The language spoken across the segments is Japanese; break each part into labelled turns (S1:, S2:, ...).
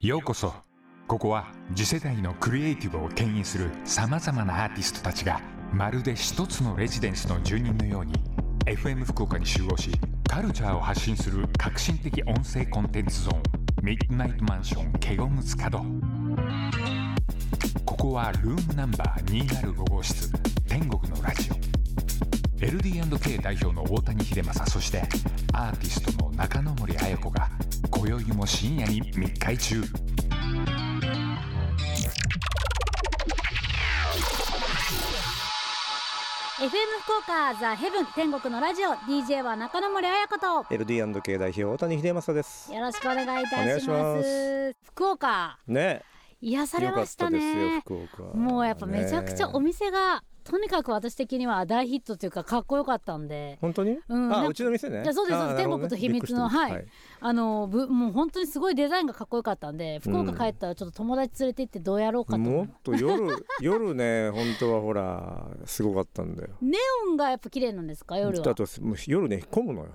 S1: ようこそここは次世代のクリエイティブを牽引するさまざまなアーティストたちがまるで一つのレジデンスの住人のように FM 福岡に集合しカルチャーを発信する革新的音声コンテンツゾーン「ミッドナイトマンションケゴムツカド」ここはルームナンバー205号室天国のラジオ LD&K 代表の大谷秀正そしてアーティストの中野森彩子が今宵も深夜に密会中
S2: FM 福岡ザ・ヘブン天国のラジオ DJ は中野森彩子と
S3: LD&K 代表大谷秀正です
S2: よろしくお願いいたします
S3: お願いし
S2: 福岡
S3: ね
S2: 癒され
S3: よか
S2: ま
S3: っ
S2: した
S3: たですよ
S2: ね
S3: 福岡はね
S2: もうやっぱめちゃくちゃお店がとにかく私的には大ヒットというかかっこよかったんで
S3: 本当に
S2: うんなん
S3: あ
S2: か
S3: うちの店ね
S2: いやそうです
S3: あ
S2: そうです
S3: なるほ
S2: 天国
S3: どね
S2: と秘密の
S3: びっくりした
S2: はいあのぶもう本当にすごいデザインがかっこよかったんで福岡帰ったらちょっと友達連れて行ってどうやろうかと、
S3: もっと 夜夜ね本当はほらすごかったんだよ
S2: ネオンがやっぱ綺麗なんですか夜
S3: だ
S2: は
S3: ともう夜ね混むのよ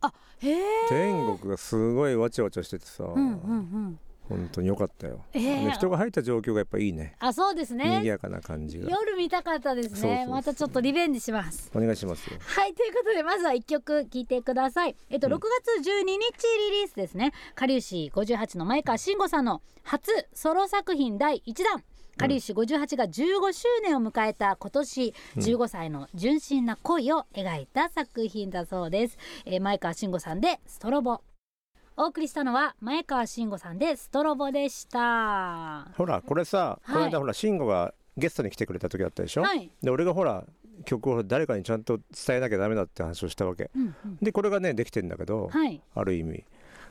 S2: あへえ
S3: 天国がすごいわちゃわちゃしててさ、
S2: うんうんうん
S3: 本当に良かったよ、
S2: えー
S3: ね人が入った状況がやっぱいいね
S2: あそうですね
S3: 賑やかな感じが
S2: 夜見たかったですね
S3: そうそうそう
S2: またちょっとリベンジします
S3: お願いしますよ
S2: はいということでまずは1曲聴いてくださいえっと6月12日リリースですねかりゆし58の前川慎吾さんの初ソロ作品第1弾かりゆし58が15周年を迎えた今年15歳の純真な恋を描いた作品だそうです、えー前川慎吾さんでストロボお送りしたのは前川慎吾さんでストロボでしたは
S3: ほらこれさ、
S2: い
S3: この間ほら慎吾がゲストに来てくれた時あったでしょ、
S2: はい
S3: で俺がほら曲を誰かにちゃんと伝えなきゃダメだって話をしたわけ、
S2: んうん
S3: でこれがねできてんだけど、
S2: い
S3: ある意味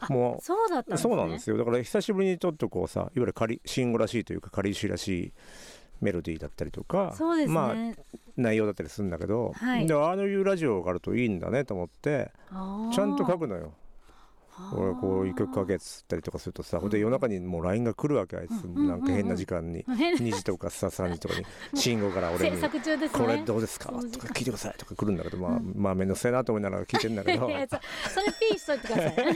S2: あ
S3: もう
S2: そうだったんですね
S3: そうなんですよだから久しぶりにちょっとこうさいわゆる仮慎吾らしいというか仮詩らしいメロディーだったりとか
S2: そうですね、
S3: まあ、内容だったりするんだけど、
S2: はい
S3: でああいうラジオがあるといいんだねと思って
S2: あー
S3: ちゃんと書くのよ。俺こういう曲書けっつったりとかするとさほんで夜中にもう LINE が来るわけあいつ、なんか変な時間に、
S2: 変
S3: 2時とかさ3時とか に慎吾から俺
S2: 制
S3: に
S2: 作中ですね
S3: これどうですか?」
S2: そう
S3: とか「聞いてください」とか来るんだけどまあ、まあ面倒くせえなと思いながら聞いてんだけ ど
S2: い やそそれピーしといてください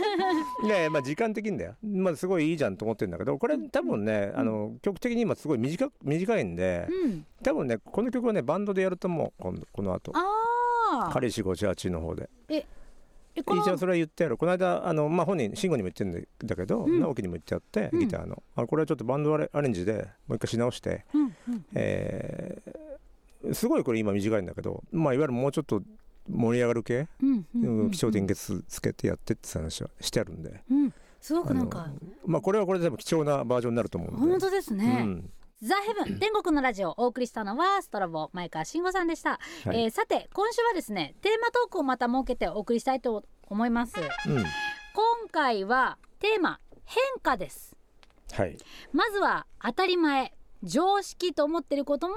S3: いやいやまあ時間的にだよ、まあ、すごいいいじゃんと思ってるんだけどこれ多分ね、あの曲的に今すごい短く短いんで、
S2: うん
S3: 多分ねこの曲はねバンドでやると思う今度この後
S2: ああ
S3: 彼氏58の方で
S2: ええこの
S3: 一応それは言ってやるこの間あの、まあ、本人慎吾にも言ってるんだけど、直樹にも言ってやってギターの、あこれはちょっとバンドアレアレンジでもう一回し直して、
S2: うんうん
S3: えーすごいこれ今短いんだけど、まあ、いわゆるもうちょっと盛り上がる系、
S2: うんうんうん
S3: 気象点結つけてやってって話はしてあるんで、
S2: うんすごくなんか
S3: まあ、これはこれで多分貴重なバージョンになると思うんで。
S2: 本当ですね、
S3: うん
S2: ザ・ヘブン天国のラジオをお送りしたのはストロボ前川慎吾さんでした、
S3: はい
S2: えーさて今週はですねテーマトークをまた設けてお送りしたいと思います
S3: うん
S2: 今回はテーマ変化です
S3: はい、
S2: まずは当たり前常識と思っていることも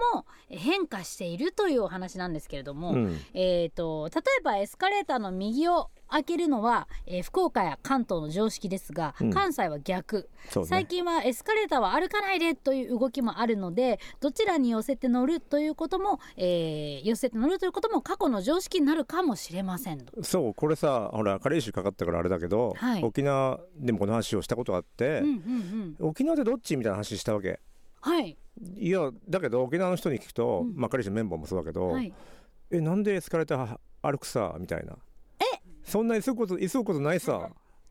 S2: 変化しているというお話なんですけれども、
S3: うん
S2: えー、と例えばエスカレーターの右を開けるのは、えー福岡や関東の常識ですが、
S3: うん
S2: 関西は逆、
S3: そうね
S2: 最近はエスカレーターは歩かないでという動きもあるのでどちらに寄せて乗るということも、えー寄せて乗るということも過去の常識になるかもしれませんと。
S3: そうこれさほらカレー臭かかったからあれだけど、
S2: はい
S3: 沖縄でもこの話をしたことあって、
S2: うんうんうん、
S3: 沖縄でどっちみたいな話したわけ
S2: はい、
S3: いやだけど沖縄の人に聞くと、まあ、彼氏のメンバーもそうだけど、
S2: はい、
S3: えなんでエスカレーター歩くさみたいなそんな急ぐこと急ぐことないさ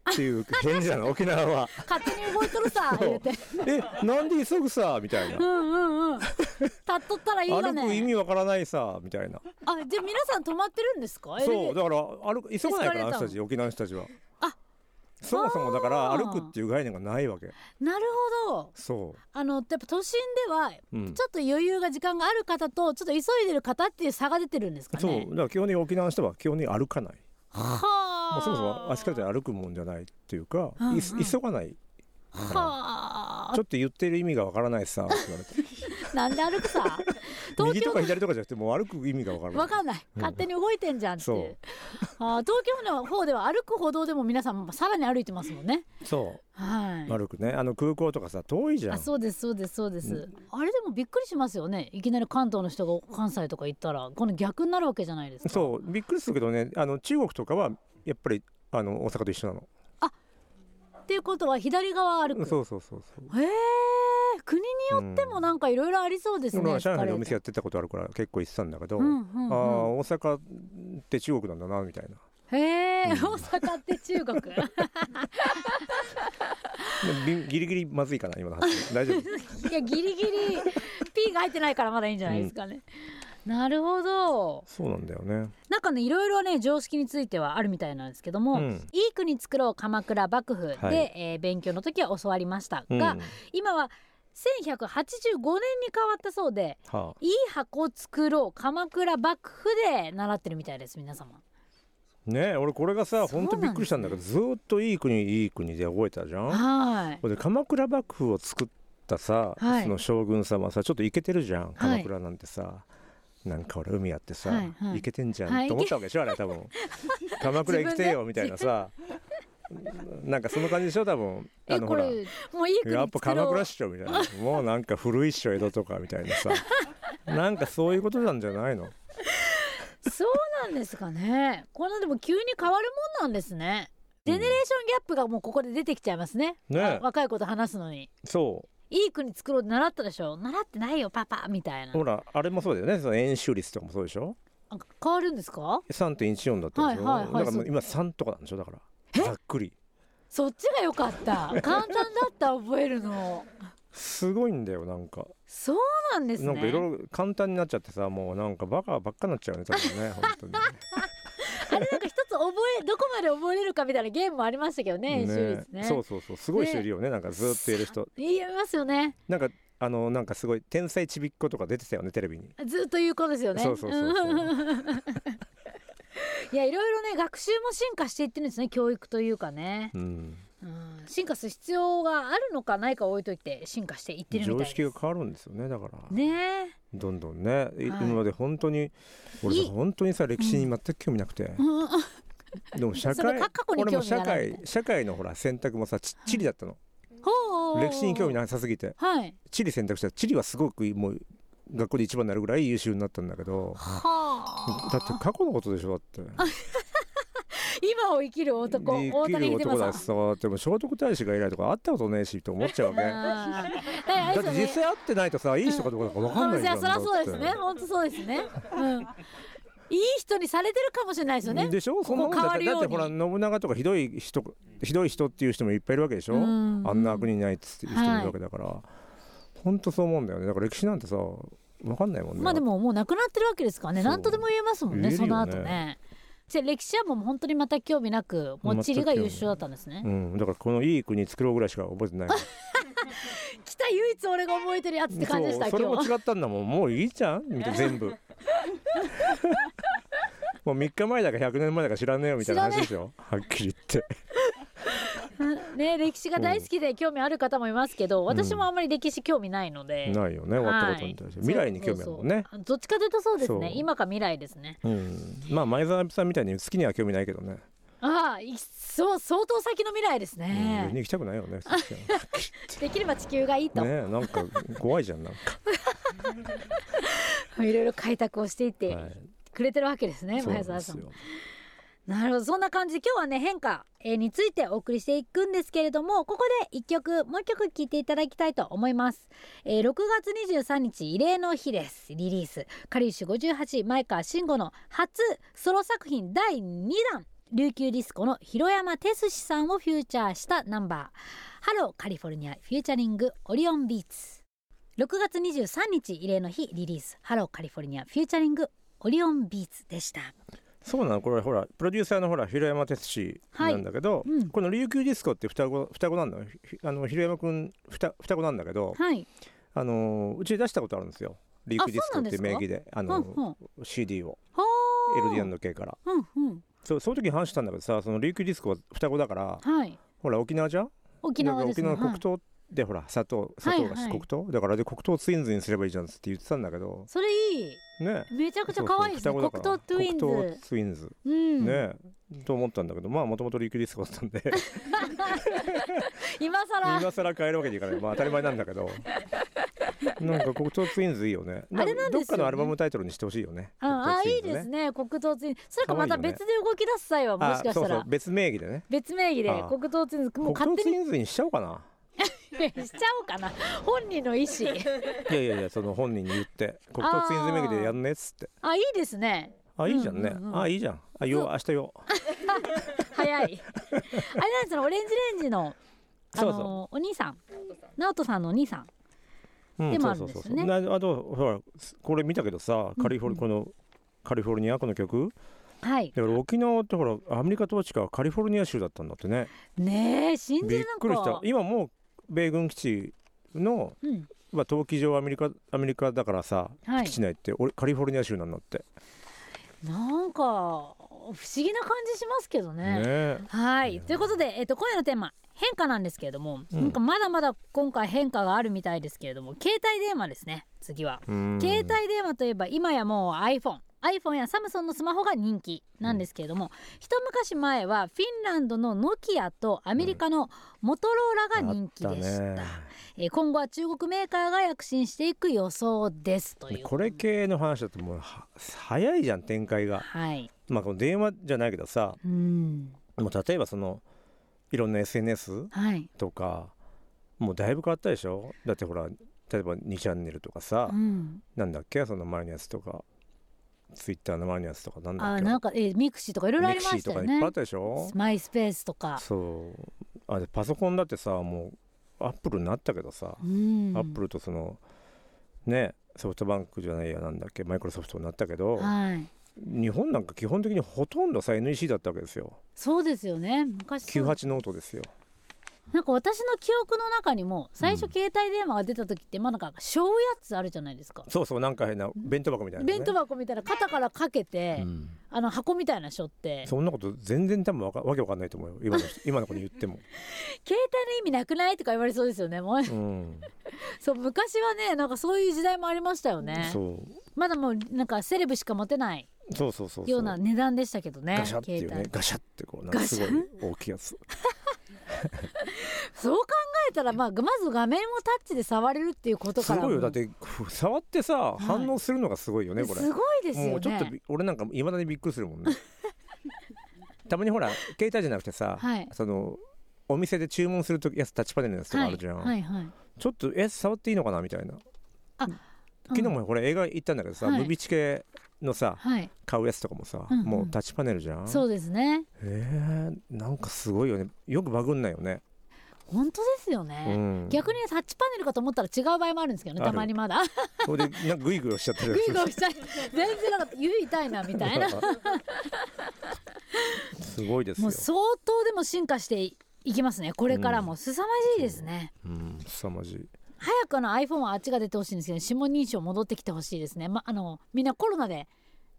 S3: っていう返事 なの沖縄は
S2: 勝手に動いとるさ言う て
S3: えなんで急ぐさみたいな
S2: うんうんうん立っとったらいいよ
S3: 歩
S2: ね
S3: く意味わからないさみたいな
S2: あ、じゃあ皆さん止まってるんですか？
S3: そう
S2: LD
S3: だから歩く急がない
S2: エスカ
S3: からあ
S2: レー
S3: の
S2: ター
S3: 人たち沖縄の人たちは
S2: あ
S3: そもそもだから
S2: あー
S3: 歩くっていう概念がないわけ
S2: なるほど。
S3: そ
S2: あのやっぱ都心ではち
S3: う
S2: ょ
S3: ん
S2: っと余裕が時間がある方とちょっと急いでる方っていう差が出てるんですか
S3: うそう
S2: ね。
S3: だから基本的に沖縄の人は基本的に歩かない
S2: はあ。
S3: もうそもそもエスカレーターで歩くもんじゃないっていうか、
S2: うんうん
S3: い急がない
S2: は
S3: ちょっと言ってる意味がわからないさって 言われて
S2: あ。なんで歩くさ。東
S3: 右と
S2: 京
S3: か左とかじゃなくてもう歩く意味がわからない
S2: わかんない。勝手に動いてんじゃんってい
S3: そう
S2: う。あー、東京の方では歩く歩道でも皆さんさらに歩いてますもんね。
S3: そう
S2: はい。
S3: 歩くねあの空港とかさ遠いじゃ
S2: あ
S3: ん
S2: そうですそうですそうです、あれでもびっくりしますよねいきなり関東の人が関西とか行ったらこの逆になるわけじゃないですか
S3: そうびっくりするけどねあの中国とかはやっぱりあの大阪と一緒なの
S2: っていうことは左側歩く
S3: そうそうそうそう
S2: へえ国によってもなんかいろいろありそうですね、
S3: 俺は
S2: エスカ
S3: 上
S2: レータ
S3: 海
S2: ー
S3: でお店やってたことあるから結構行ってたんだけど、
S2: うんうんうん
S3: ああ大阪って中国なんだなみたいな
S2: へえ、
S3: うん
S2: 大阪って中 国
S3: でびギリギリまずいかな今の 話大丈夫
S2: いやギリギリ P が入ってないからまだいいんじゃないですかね、なるほど
S3: そうなんだよね
S2: なんかねいろいろね常識についてはあるみたいなんですけども、
S3: うん
S2: いい国作ろう鎌倉幕府で、
S3: はい
S2: えー勉強の時は教わりました
S3: うん
S2: が、
S3: は
S2: 今は1185年に変わったそうで
S3: あ
S2: いい箱作ろう鎌倉幕府で習ってるみたいです皆様
S3: ねえ俺これがさ
S2: そうなん
S3: ほん
S2: です
S3: と
S2: ね
S3: びっくりしたんだけどずーっといい国いい国で覚えたじゃん
S2: はい
S3: これで鎌倉幕府を作ったさ、
S2: はい
S3: その将軍様さちょっとイケてるじゃん鎌倉なんてさ、なんか俺海やってさ、
S2: はいはい
S3: イケてんじゃ
S2: は
S3: ん
S2: い
S3: と思ったわけでしょあれ多分 鎌倉行きてよみたいなさなんかその感じでしょ多分あ
S2: え
S3: の
S2: こ
S3: ほら
S2: れもういい国
S3: やっぱ
S2: 作ろ
S3: 鎌
S2: う
S3: 倉っしょみたいなもうなんか古いっしょ江戸とかみたいなさなんかそういうことなんじゃないの
S2: そうなんですかね。こんなでも急に変わるもんなんですね。ジェネレーションギャップがもうここで出てきちゃいますね。
S3: ねえ
S2: あ若い子と話すのに。
S3: そ
S2: いい国作ろうって習ったでしょ習ってないよパパみたいな
S3: うほらあれもそうだよねその円周率とかもそうでしょ
S2: なんか変わるんですか
S3: 3.14だったでしょ、
S2: はいはいはい
S3: だからも
S2: そう
S3: 今3とかなんでしょだからざっくり
S2: そっちが良かった簡単だった覚えるの
S3: すごいんだよなんか
S2: そうなんですね
S3: なんかいろいろ簡単になっちゃってさもうなんかバカばっかになっちゃうね多分ね本当にね
S2: あれなんか一つ覚えどこまで覚えれるかみたいなゲームもありましたけど ね演習率ね
S3: そうそうそうすごい人いるよねなんかずーっといる人
S2: 言いますよね
S3: なんかあのなんかすごい天才ちびっ子とか出てたよねテレビに
S2: ずっと言う子ですよね
S3: そうそ うそうそうん
S2: いやいろいろね学習も進化していってるんですね教育というかね
S3: うん
S2: うん進化する必要があるのかないか置いといて進化していってるみたい
S3: 常
S2: です
S3: 識が変わるんですよねだから、
S2: ねえ
S3: どんどんね、い
S2: はい
S3: 今まで本当に俺
S2: いい
S3: さ本当にさ歴史に全く興味なく て、
S2: うん
S3: でも社
S2: それ
S3: 会
S2: 過去に
S3: 俺も
S2: 興味
S3: 社
S2: がない
S3: 会社会のほら選択もさちっちりだったの、
S2: ほう
S3: 歴史に興味なさすぎて
S2: はい
S3: 地理選択したら地理はすごくもう学校で一番になるぐらい優秀になったんだけど
S2: は
S3: だって過去のことでしょだって
S2: 今 を生きる男大
S3: で生き
S2: 谷
S3: る
S2: 秀
S3: 男だし
S2: 正
S3: さでも聖徳太子がいないとか会ったことねえしと思っちゃうわけだ
S2: あーだ
S3: って実際会ってないとさいい人かどうかなんか分かんない
S2: い
S3: じゃ
S2: や
S3: ん
S2: そりゃそうです
S3: だ
S2: ね
S3: って
S2: 本当そうですねうんいい人にされてるかもしれないですよね
S3: でしょそ
S2: こ
S3: んなも
S2: こ変
S3: んだ
S2: わ
S3: って
S2: る
S3: だ
S2: よ
S3: っ
S2: う
S3: て
S2: に
S3: ほら信長とかひどい人ひどい人っていう人もいっぱいいるわけでしょ
S2: う
S3: あ
S2: ん
S3: んな悪人いないっつっていう人もいるわけだから、ほんとそう思うんだよねだから歴史なんてさ分かんないもんね
S2: まあでももうなくなってるわけですからね
S3: そう
S2: 何とでも言えますもんね
S3: 言え
S2: そ
S3: る
S2: の
S3: よね
S2: 後ねじゃあ歴史はもう本当に全く興味なくもう地理が優秀だったんですね
S3: うん、だからこのいい国作ろうぐらいしか覚えてない
S2: 来た唯一俺が覚えてるやつって感じでした
S3: そうそれ
S2: 今
S3: も
S2: 日
S3: 違ったんだもんもういいじゃんみた いな全部 もう3日前だか100年前だか知らねえよみたいな話でしょはっきり言って
S2: ね歴史が大好きで興味ある方もいますけど私もあんまり歴史興味ないので
S3: ないよね終わったことに対して、未来に興味あるもんね
S2: そうそうそうどっちかというとそうですね
S3: そう
S2: 今か未来ですね
S3: うん、まあ前澤さんみたいに好きには興味ないけどね、
S2: ああいそう相当先の未来です
S3: うん、上
S2: ね
S3: に行きたくないよ ね
S2: できれば地球がいいと、
S3: ねなんか怖いじゃんなんか、
S2: いろいろ開拓をしていって
S3: はい
S2: くれてるわけですね、
S3: そう
S2: 前
S3: なんで
S2: 澤さ
S3: す
S2: んも
S3: よ
S2: なるほどそんな感じで今日はね変化えーについてお送りしていくんですけれどもここで1曲もう1曲聴いていただきたいと思います、えー6月23日慰霊の日ですリリースカリウシ58前川慎吾の初ソロ作品第2弾琉球ディスコの広山哲司さんをフューチャーしたナンバー「ハローカリフォルニアフューチャリングオリオンビーツ」6月23日慰霊の日リリース「ハローカリフォルニアフューチャリングオリオンビーツ」でした
S3: そうなのこれほらプロデューサーのほら広山哲司なんだけど、
S2: はいうん
S3: この琉球ディスコって双子双子なんだよひあの広山くん双双子なんだけど、
S2: はい
S3: あのーうちで出したことあるんですよリークディスコっていう名義であ
S2: うんう
S3: のー
S2: ん
S3: CD を
S2: はあ
S3: LD&K から
S2: うんうん
S3: そうその時に話したんだけどさそのリークディスコは双子だから
S2: はい
S3: ほら沖縄じゃん
S2: 沖縄です、ね、
S3: だから沖縄の黒糖でほら砂糖砂糖
S2: は
S3: が
S2: いはい
S3: 黒糖、だからで黒糖ツインズにすればいいじゃんっつって言ってたんだけど
S2: はい、それいい
S3: ね
S2: めちゃくちゃ
S3: そう
S2: 可愛いです
S3: そう
S2: ね
S3: 双子だ
S2: 黒
S3: から
S2: 糖トゥイン
S3: 黒
S2: ズ
S3: 糖ツインズ
S2: うん、
S3: ね、と思ったんだけどまあもともとリークディスコだった んで
S2: 今更
S3: 今更変えるわけにいかないまあ当たり前なんだけどなんか黒糖ツインズいいよね
S2: あれなんですよね
S3: どっかのアルバムタイトルにしてほしいよね
S2: あ
S3: 黒糖
S2: あ
S3: ツイ
S2: い
S3: ン
S2: い
S3: ズね
S2: ですね黒糖ツインそれかまた
S3: 可愛いよね
S2: 別で動き出す際はもしかした
S3: あそう
S2: ら
S3: そう別名義でね
S2: 別名義で
S3: あ
S2: 黒糖ツインズもう勝
S3: 黒糖
S2: 手
S3: ツ
S2: に
S3: インズにしちゃおうかな
S2: しちゃおうかな本人の 意思
S3: いやいやいやその本人に言って黒糖ツインズ名義でやんねっつって
S2: あいいですね
S3: あいいじゃんね、
S2: うんうんうん
S3: あいいじゃんあよ明日よ
S2: 早いあれなんですよオレンジレンジのあ
S3: そ
S2: の
S3: うそ
S2: お兄さん直人さんのお兄さん
S3: う、うん、
S2: でもある
S3: そうそうそう
S2: ですよ
S3: なあとほらこれ見たけどさカリフォル、
S2: うん
S3: このカリフォルニアこの曲
S2: はい
S3: だから沖縄ってほらアメリカ統治下はカリフォルニア州だったんだってね
S2: ねえ信じ
S3: びっ
S2: らん
S3: くりした
S2: か
S3: 今もう米軍基地の、
S2: うん
S3: まあ、登記上アメリカアメリカだからさ、
S2: はい
S3: 基地内って俺カリフォルニア州なんだって
S2: なんか不思議な感じしますけど
S3: ねえ
S2: はいい
S3: や
S2: ということで、えっと、今夜のテーマ変化なんですけれども、
S3: うん
S2: なんかまだまだ今回変化があるみたいですけれども携帯電話ですね次は、
S3: うん
S2: 携帯電話といえば今やもう iPhone iPhone やサムソンのスマホが人気なんですけれども、一昔前はフィンランドのノキアとアメリカのモトローラが人気でした,、
S3: あったね
S2: えー今後は中国メーカーが躍進していく予想ですという
S3: これ系の話だともうは早いじゃん展開が
S2: はい
S3: まあこの電話じゃないけどさ
S2: うん
S3: もう例えばそのいろんな SNS
S2: はい、
S3: とかもうだいぶ変わったでしょだってほら例えば2チャンネルとかさ、
S2: うん、
S3: なんだっけその前のやつとかツイッターの前のやつとかなんだっ
S2: あ
S3: け
S2: なんか、えーミクシーとかいろいろあり
S3: ミ
S2: ま
S3: クシー
S2: し
S3: と
S2: た
S3: か
S2: よ
S3: いっぱい
S2: ね
S3: あったでしょ
S2: マイスペースとか
S3: そうあでパソコンだってさもうアップルになったけどさ、
S2: うん
S3: アップルとそのねソフトバンクじゃないやなんだっけマイクロソフトになったけど
S2: はい
S3: 日本なんか基本的にほとんどさ NEC だったわけですよ
S2: そうですよね昔そう
S3: 98ノートですよ
S2: なんか私の記憶の中にも最初
S3: うん
S2: 携帯電話が出た時ってまあなんか小やつあるじゃないですか、
S3: そうそうなんか変な弁当箱みたいな、ね、
S2: 弁当箱みたいな肩からかけて、
S3: うん
S2: あの箱みたいなしょって携
S3: そんなこと全然多分わかわけわかんないと思うよ今の人今の子に言っても、
S2: 帯の意味なくないとか言われそうですよねもう
S3: うん
S2: そう昔はねなんかそういう時代もありましたよね
S3: そう
S2: まだもうなんかセレブしか持てない
S3: そうそうそうそう
S2: ような値段でしたけどね
S3: ガシャっていうね
S2: 携帯
S3: ガシャってこうなんかすごい大きいやつ
S2: そう考えたら、まあ、まず画面をタッチで触れるっていうこと
S3: す
S2: から
S3: ごいよ
S2: も
S3: だって触ってさ
S2: い
S3: 反応するのがすごいよねこれ
S2: すごいですよね
S3: もうちょっとび俺なんかいまだにびっくりするもんね たまにほら携帯じゃなくてさ、
S2: はい
S3: そのお店で注文するときやつタッチパネルのやつとかあるじゃん、
S2: はいはいはい
S3: ちょっとえ触っていいのかなみたいな昨日もこれ映画行ったんだけどさ、
S2: はい
S3: ムビチ系のさ
S2: はい、
S3: 買うやつとかもさ、
S2: うんうん
S3: もうタッチパネルじゃん
S2: そうですね。
S3: えー、なんかすごいよねよくバグんないよね、
S2: 本当ですよ
S3: う
S2: ね。
S3: ん、
S2: 逆にタッチパネルかと思ったら違う場合もあるんですけどね、
S3: ある
S2: たまにま だ。
S3: それでなんかグイグイ押しちゃって
S2: グ
S3: る
S2: イグイしちゃう。全然なんか指痛いなみたい な。
S3: すごいです
S2: も
S3: よ
S2: う相当でも進化していきますね。これからも凄まじいですね。
S3: うん凄まじい
S2: 早くあの iPhone はあっちが出てほしいんですけど、指紋認証戻ってきてほしいですね。まあのみんなコロナで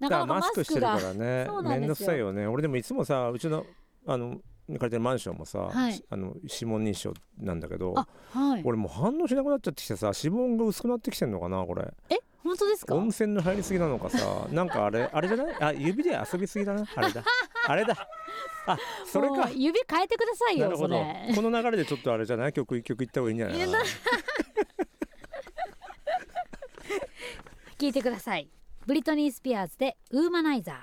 S2: なかなかマ
S3: マス
S2: ス
S3: クして
S2: ク
S3: る
S2: が
S3: からね
S2: そうなんですよ
S3: 面倒くさいよね俺でもいつもさうちのあの借りてるマンションもさ、
S2: はい
S3: しあの指紋認証なんだけど
S2: あはい。
S3: 俺もう反応しなくなっちゃってきてさ指紋が薄くなってきてんのかなこれ
S2: え本当ですか？
S3: 温泉の入りすぎなのかさ なんかあれあれじゃないあ指で遊びすぎだなあれだあれだあそれ
S2: も
S3: か
S2: う指変えてください
S3: な
S2: よ
S3: る
S2: そ
S3: ほど
S2: れ。
S3: この流れでちょっとあれじゃない曲一曲いった方がいいんじゃないかな
S2: 聞いてくださいブリトニー・スピアーズでウーマナイザー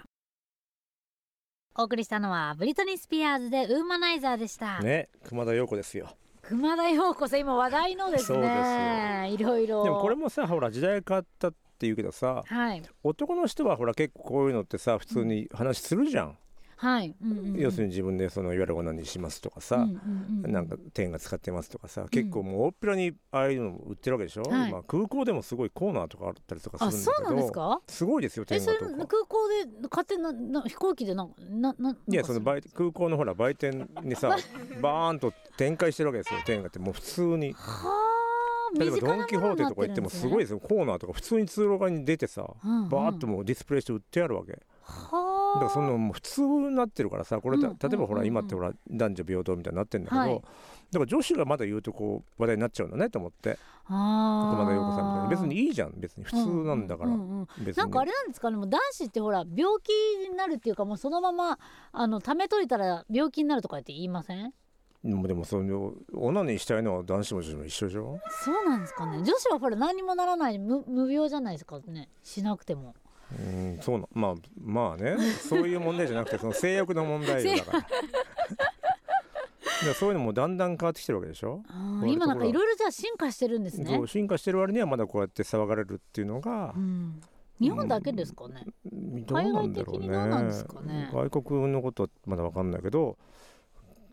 S2: お送りしたのはブリトニー・スピアーズでウーマナイザーでした、
S3: ね熊田陽子ですよ
S2: 熊田陽子さん今話題のです
S3: そうで
S2: ねいろいろ
S3: でもこれもさほら時代変わったって言うけどさ
S2: はい
S3: 男の人はほら結構こういうのってさ普通に話するじゃん、
S2: はい、うんうんうん、
S3: 要するに自分でそのいわゆるオナニーしますとかさ、
S2: うんうんうん
S3: なんか点が使ってますとかさ、結構もう大っぴらにああいうの売ってるわけでしょ、
S2: はい
S3: 今空港でもすごいコーナーとかあったりとか
S2: あ
S3: するん
S2: そ
S3: だ
S2: う
S3: けど
S2: なんですか
S3: すごいですよ
S2: え
S3: 点
S2: そ
S3: が
S2: れ
S3: と
S2: 空
S3: か
S2: 港で勝手なな飛行機でなんかなない
S3: いやその売空港のほら売店 にさバーンと展開してるわけですよ点がってもう普通に
S2: はあ
S3: 例えば
S2: 身近
S3: ド
S2: な
S3: ン・
S2: も
S3: キ
S2: の
S3: ホー
S2: に
S3: テ
S2: なっ
S3: とか
S2: て
S3: 行
S2: る
S3: っ
S2: んで
S3: ても
S2: す
S3: す
S2: ね
S3: ごいですよコーナーとか普通に通路側に出てさ、
S2: うんうん
S3: バーッともうディスプレイして売ってあるわけだ
S2: はあ
S3: からそんなのもう普通になってるからさこれた
S2: うん
S3: 例え
S2: う
S3: ばほ
S2: んうんう
S3: ら
S2: ん
S3: 今ってほら男女平等みたいになってるんだけど、
S2: はい
S3: だから女子がまだ言うとこう話題になっちゃうんだねと思って
S2: あー
S3: 熊田陽子さんみたいに別にいいじゃん別に普通なんだから、
S2: うんうんうんうん
S3: 別に
S2: なんかあれなんですかねもう男子ってほら病気になるっていうかもうそのままあの貯めといたら病気になるとかって言いません
S3: もうでもその女にしたいのは男子も女子も一緒でしょ
S2: そうなんですかね女子はほら何にもならない無無病じゃないですかねしなくても
S3: うんそうなまあまあねそういう問題じゃなくてその性欲の問題よだから だからそういうのもだんだん変わってきてるわけでしょ
S2: あ
S3: こ
S2: ー
S3: ういう
S2: 今なんか
S3: ところ
S2: いろいろじゃあ進化してるんですね
S3: こう進化してる割にはまだこうやって騒がれるっていうのが
S2: う、ん日本だけですかね、
S3: どうなんだろう
S2: 海外的
S3: ね
S2: にどうなんですかね
S3: 外国のことはまだわかんないけど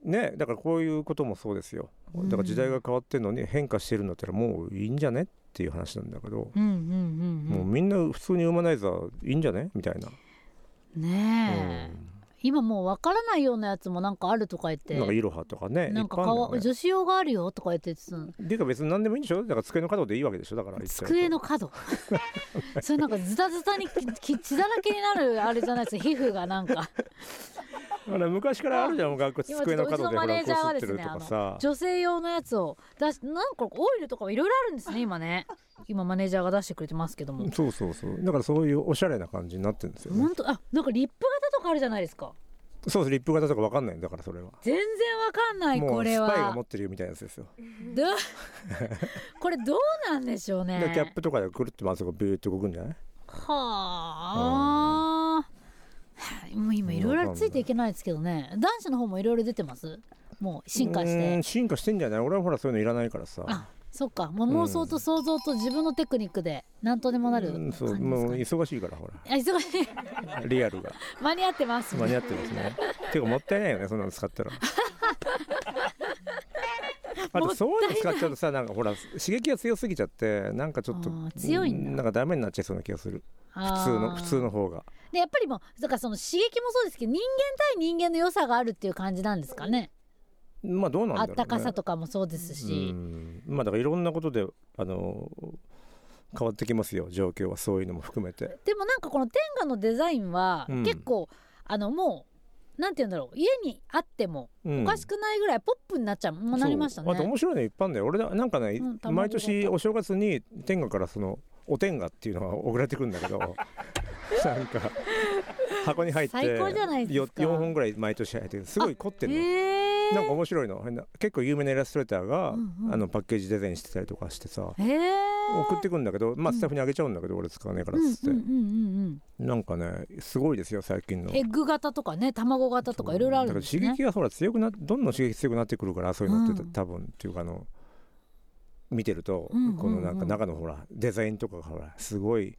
S3: ねだからこういうこともそうですよだから時代が変わってるのに変化してるんだったらもういいんじゃねっていう話なんだけど、
S2: うん、うんうん
S3: もう
S2: うん
S3: みんな普通に産まないざいいんじゃねみたいな、
S2: ねえ、今もうわからないようなやつもなんかあるとか言っ
S3: うん、なんか
S2: て
S3: イロハとかね
S2: なんか
S3: いっぱいあるんだよ
S2: か
S3: ね
S2: わ女子用があるよとか言ってたの
S3: ていうか別に何でもいいんでしょだから机の角でいいわけでしょだから言っちゃうと
S2: 机の角 それなんかズタズタにきき血だらけになるあれじゃないですか皮膚がなん か
S3: ほら昔からあるじゃんもう学校
S2: 今ちょっ
S3: 机
S2: とう
S3: の
S2: ち
S3: 角
S2: の
S3: でほ
S2: マ
S3: ら
S2: ネー
S3: こ
S2: ジャーは
S3: う
S2: で
S3: すっ
S2: す
S3: てる
S2: ね
S3: と
S2: あ
S3: か
S2: の
S3: さ
S2: 女性用のやつを出しなんかオイルとかもいろいろあるんですね今ね今マネージャーが出してくれてますけども
S3: そうそうそうだからそういうおしゃれな感じになってるんですよね
S2: 本当あなんかリップ型とかあるじゃないですか
S3: そうそうリップ型とかわかんないんだからそれは
S2: 全然わかんない
S3: も
S2: こ
S3: う
S2: れ
S3: スパイが
S2: は
S3: 持ってるよみたいなやつですよ、
S2: ど これどうなんでしょうね
S3: でキャップとかでくるってまずこうビューって動くんじゃない
S2: はあ、もう今いろいろついていけないですけどね男子の方もいろいろ出てますもう進化し
S3: うー
S2: て
S3: ん進化してんじゃない俺はほらそういうのいらないからさ
S2: あそっかもう妄想と想像と自分のテクニックで何とでもなる
S3: う
S2: 感じ
S3: ん
S2: です
S3: そ
S2: か、
S3: う
S2: ね
S3: もう忙しいからほら
S2: あ忙しい
S3: リアルが
S2: 間に合ってます
S3: 間に合ってます ねていうかもったいないよねそんなの使ったらあとそういうの使っちゃうとさなんかほら刺激が強すぎちゃってなんかちょっと
S2: あー強いんだ
S3: なんかダメになっちゃいそうな気がする
S2: 普
S3: 普通の普通の方が
S2: でやっぱりもうだからその刺激もそうですけど人間対人間の良さがあるっていう感じなんですかね
S3: まあどうなんだ
S2: あ
S3: ろ
S2: っ
S3: うね
S2: たかさとかもそうです
S3: う
S2: し、
S3: んまあだからいろんなことであの変わってきますよ状況はそういうのも含めて
S2: でもなんかこの天下のデザインは
S3: うん
S2: 結構、あのもうなんて言うんだろう家にあっても
S3: お
S2: おかしくないぐらいポップになっちゃう、もうなりました
S3: あと
S2: ね
S3: 面白いのいっぱいあるんだよ俺だなんかね、
S2: うん卵
S3: 毎年お正月に天下からそのお天下っていうのが 送られてくるんだ けどなんか箱に入って
S2: 最高じゃないですか
S3: 4本ぐらい毎年入ってるすごい凝ってるの、
S2: へえ
S3: なんか面白いの変な結構有名なイラストレーターが、
S2: うんうん
S3: あのパッケージデザインしてたりとかしてさ
S2: へえ
S3: 送ってくるんだけど、まあ、スタッフにあげちゃうんだけど、俺使わねえから
S2: う
S3: っ
S2: んうん
S3: つって、
S2: うんうん
S3: なんかねすごいですよ最近
S2: う
S3: の
S2: んエッグ型とかね卵型とかいろいろあるんです
S3: だから
S2: ね
S3: 刺激がほら強くなどんどん刺激強くなってくるからそういうのって、
S2: うん
S3: 多分っていうかあの見てると、
S2: うんうんうん
S3: このなんか中のほらデザインとかがほらすごい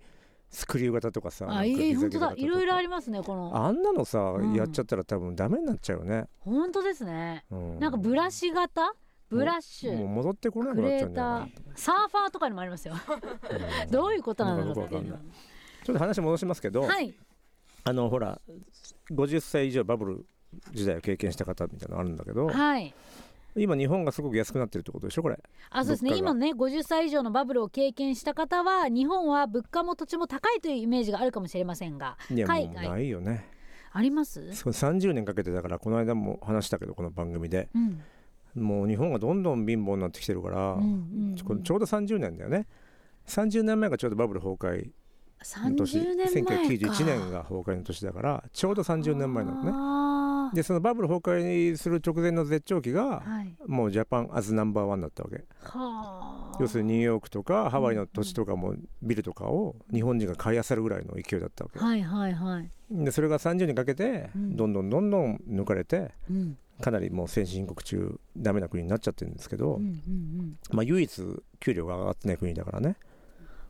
S3: スクリュー型とかさ
S2: あいい本当だいろいろあ
S3: り
S2: りますねこの
S3: あんなのさ、
S2: ん
S3: やっちゃったら多分ダメになっちゃうよね、
S2: 本当ですね
S3: う
S2: なんかブラシ型ブラッシ
S3: もう
S2: ュ
S3: 戻ってこれな
S2: ク
S3: くなっ
S2: レ
S3: ちゃう
S2: ー
S3: んじ
S2: タ
S3: ゃ
S2: ー
S3: ない
S2: サーファーとかにもありますよどういうことなのかってい
S3: なんかよく
S2: う
S3: わ
S2: の
S3: かちょっと話戻しますけど、
S2: はい
S3: あのほら50歳以上バブル時代を経験した方みたいなのあるんだけど
S2: はい
S3: 今日本がすごく安くなってるってことでしょこれ
S2: あそうですね
S3: 物価が
S2: 今ね50歳以上のバブルを経験した方は日本は物価も土地も高いというイメージがあるかもしれませんが
S3: いやも
S2: 海
S3: うな
S2: 外
S3: いよね、
S2: あります
S3: そう30年かけてだからこの間も話したけどこの番組で
S2: うん
S3: もう日本がどんどん貧乏になってきてるから、
S2: うんうん
S3: このちょうど30年だよね30年前がちょうどバブル崩壊の年
S2: 30年前か
S3: 1991年が崩壊の年だからちょうど30年前なのね
S2: の
S3: でそのバブル崩壊する直前の絶頂期が、
S2: はい
S3: もうジャパンアズナンバーワンだったわけ
S2: はあ
S3: 要するにニューヨークとかハワイの土地とかもビルとかを日本人が買い漁るぐらいの勢いだったわけ
S2: はいはいはい
S3: でそれが30年かけて
S2: うん
S3: どんどんどんどん抜かれて、
S2: うん
S3: かなりもう先進国中ダメな国になっちゃってるんですけ
S2: う
S3: ど、
S2: んうんうん
S3: まあ、唯一給料が上がってない国だからね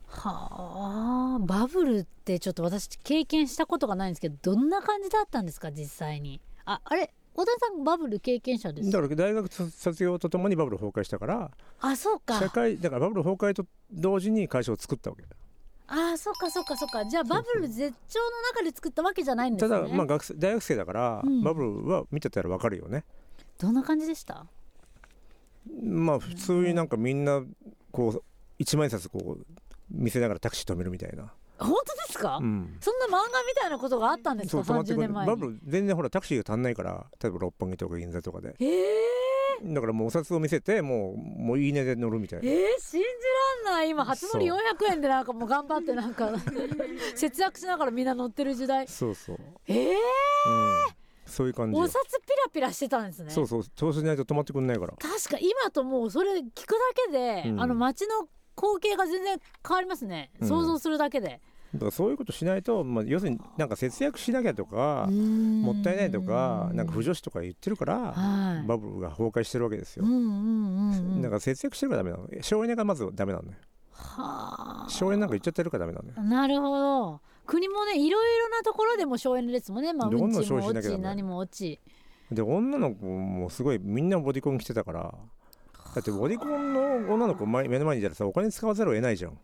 S2: はあバブルってちょっと私経験したことがないんですけどどんな感じだったんですか実際にああれ小田さんバブル経験者です
S3: だから大学卒業とともにバブル崩壊したから
S2: あそうか
S3: 社会だからバブル崩壊と同時に会社を作ったわけ
S2: あそうかそうかそうかじゃあバブル絶頂の中で作ったわけじゃないんです
S3: た
S2: ね
S3: だ、まあ、学生大学生だから、
S2: うん
S3: バブルは見てたら分かるよね
S2: どんな感じでした
S3: まあ普通になんかみんなこう一万円札こう見せながらタクシー止めるみたいな、
S2: 本当ですか、
S3: うん、
S2: そんな漫画みたいなことがあったんです
S3: そう
S2: か
S3: 止まって
S2: 30
S3: くる
S2: 年前
S3: バ
S2: に
S3: ブル全然ほらタクシーが足んないから例えば六本木とか銀座とかで
S2: えー、
S3: だからもうお札を見せてもうもういいねで乗るみたいな
S2: えー、信じらんない今初乗り400
S3: そ
S2: 円でなんかもう頑張って なんか節約しながらみんな乗ってる時代
S3: そうそう
S2: えー、
S3: うんそういう感じ
S2: お
S3: よ
S2: 札ピラピラしてたんですね
S3: そうそう調子ないと止まってくんないから
S2: 確か今ともうそれ聞くだけで、
S3: うん
S2: あの街の光景が全然変わりますね、
S3: うん
S2: 想像するだけで
S3: だからそういうことしないと、まあ、要するになんか節約しなきゃとかも
S2: も
S3: ったいないとかなんか不女子とか言ってるから
S2: はい
S3: バブルが崩壊してるわけです
S2: う
S3: よ
S2: んうんうんうん
S3: だから節約してるからダメなの省エネがまずダメなのよ
S2: はあ
S3: 省エネなんか言っちゃってるからダメなのよ
S2: なるほど国もねいろいろなところでも省エネですもんねまあ
S3: どんど
S2: うんんち
S3: 消
S2: も
S3: 費し
S2: 落
S3: なきゃダ
S2: ち
S3: メ
S2: 何も落ち
S3: で女の子もすごいみんなボディコン着てたからだってボディコンの女の子前目の前にいたらさお金使わざるを得ないじゃん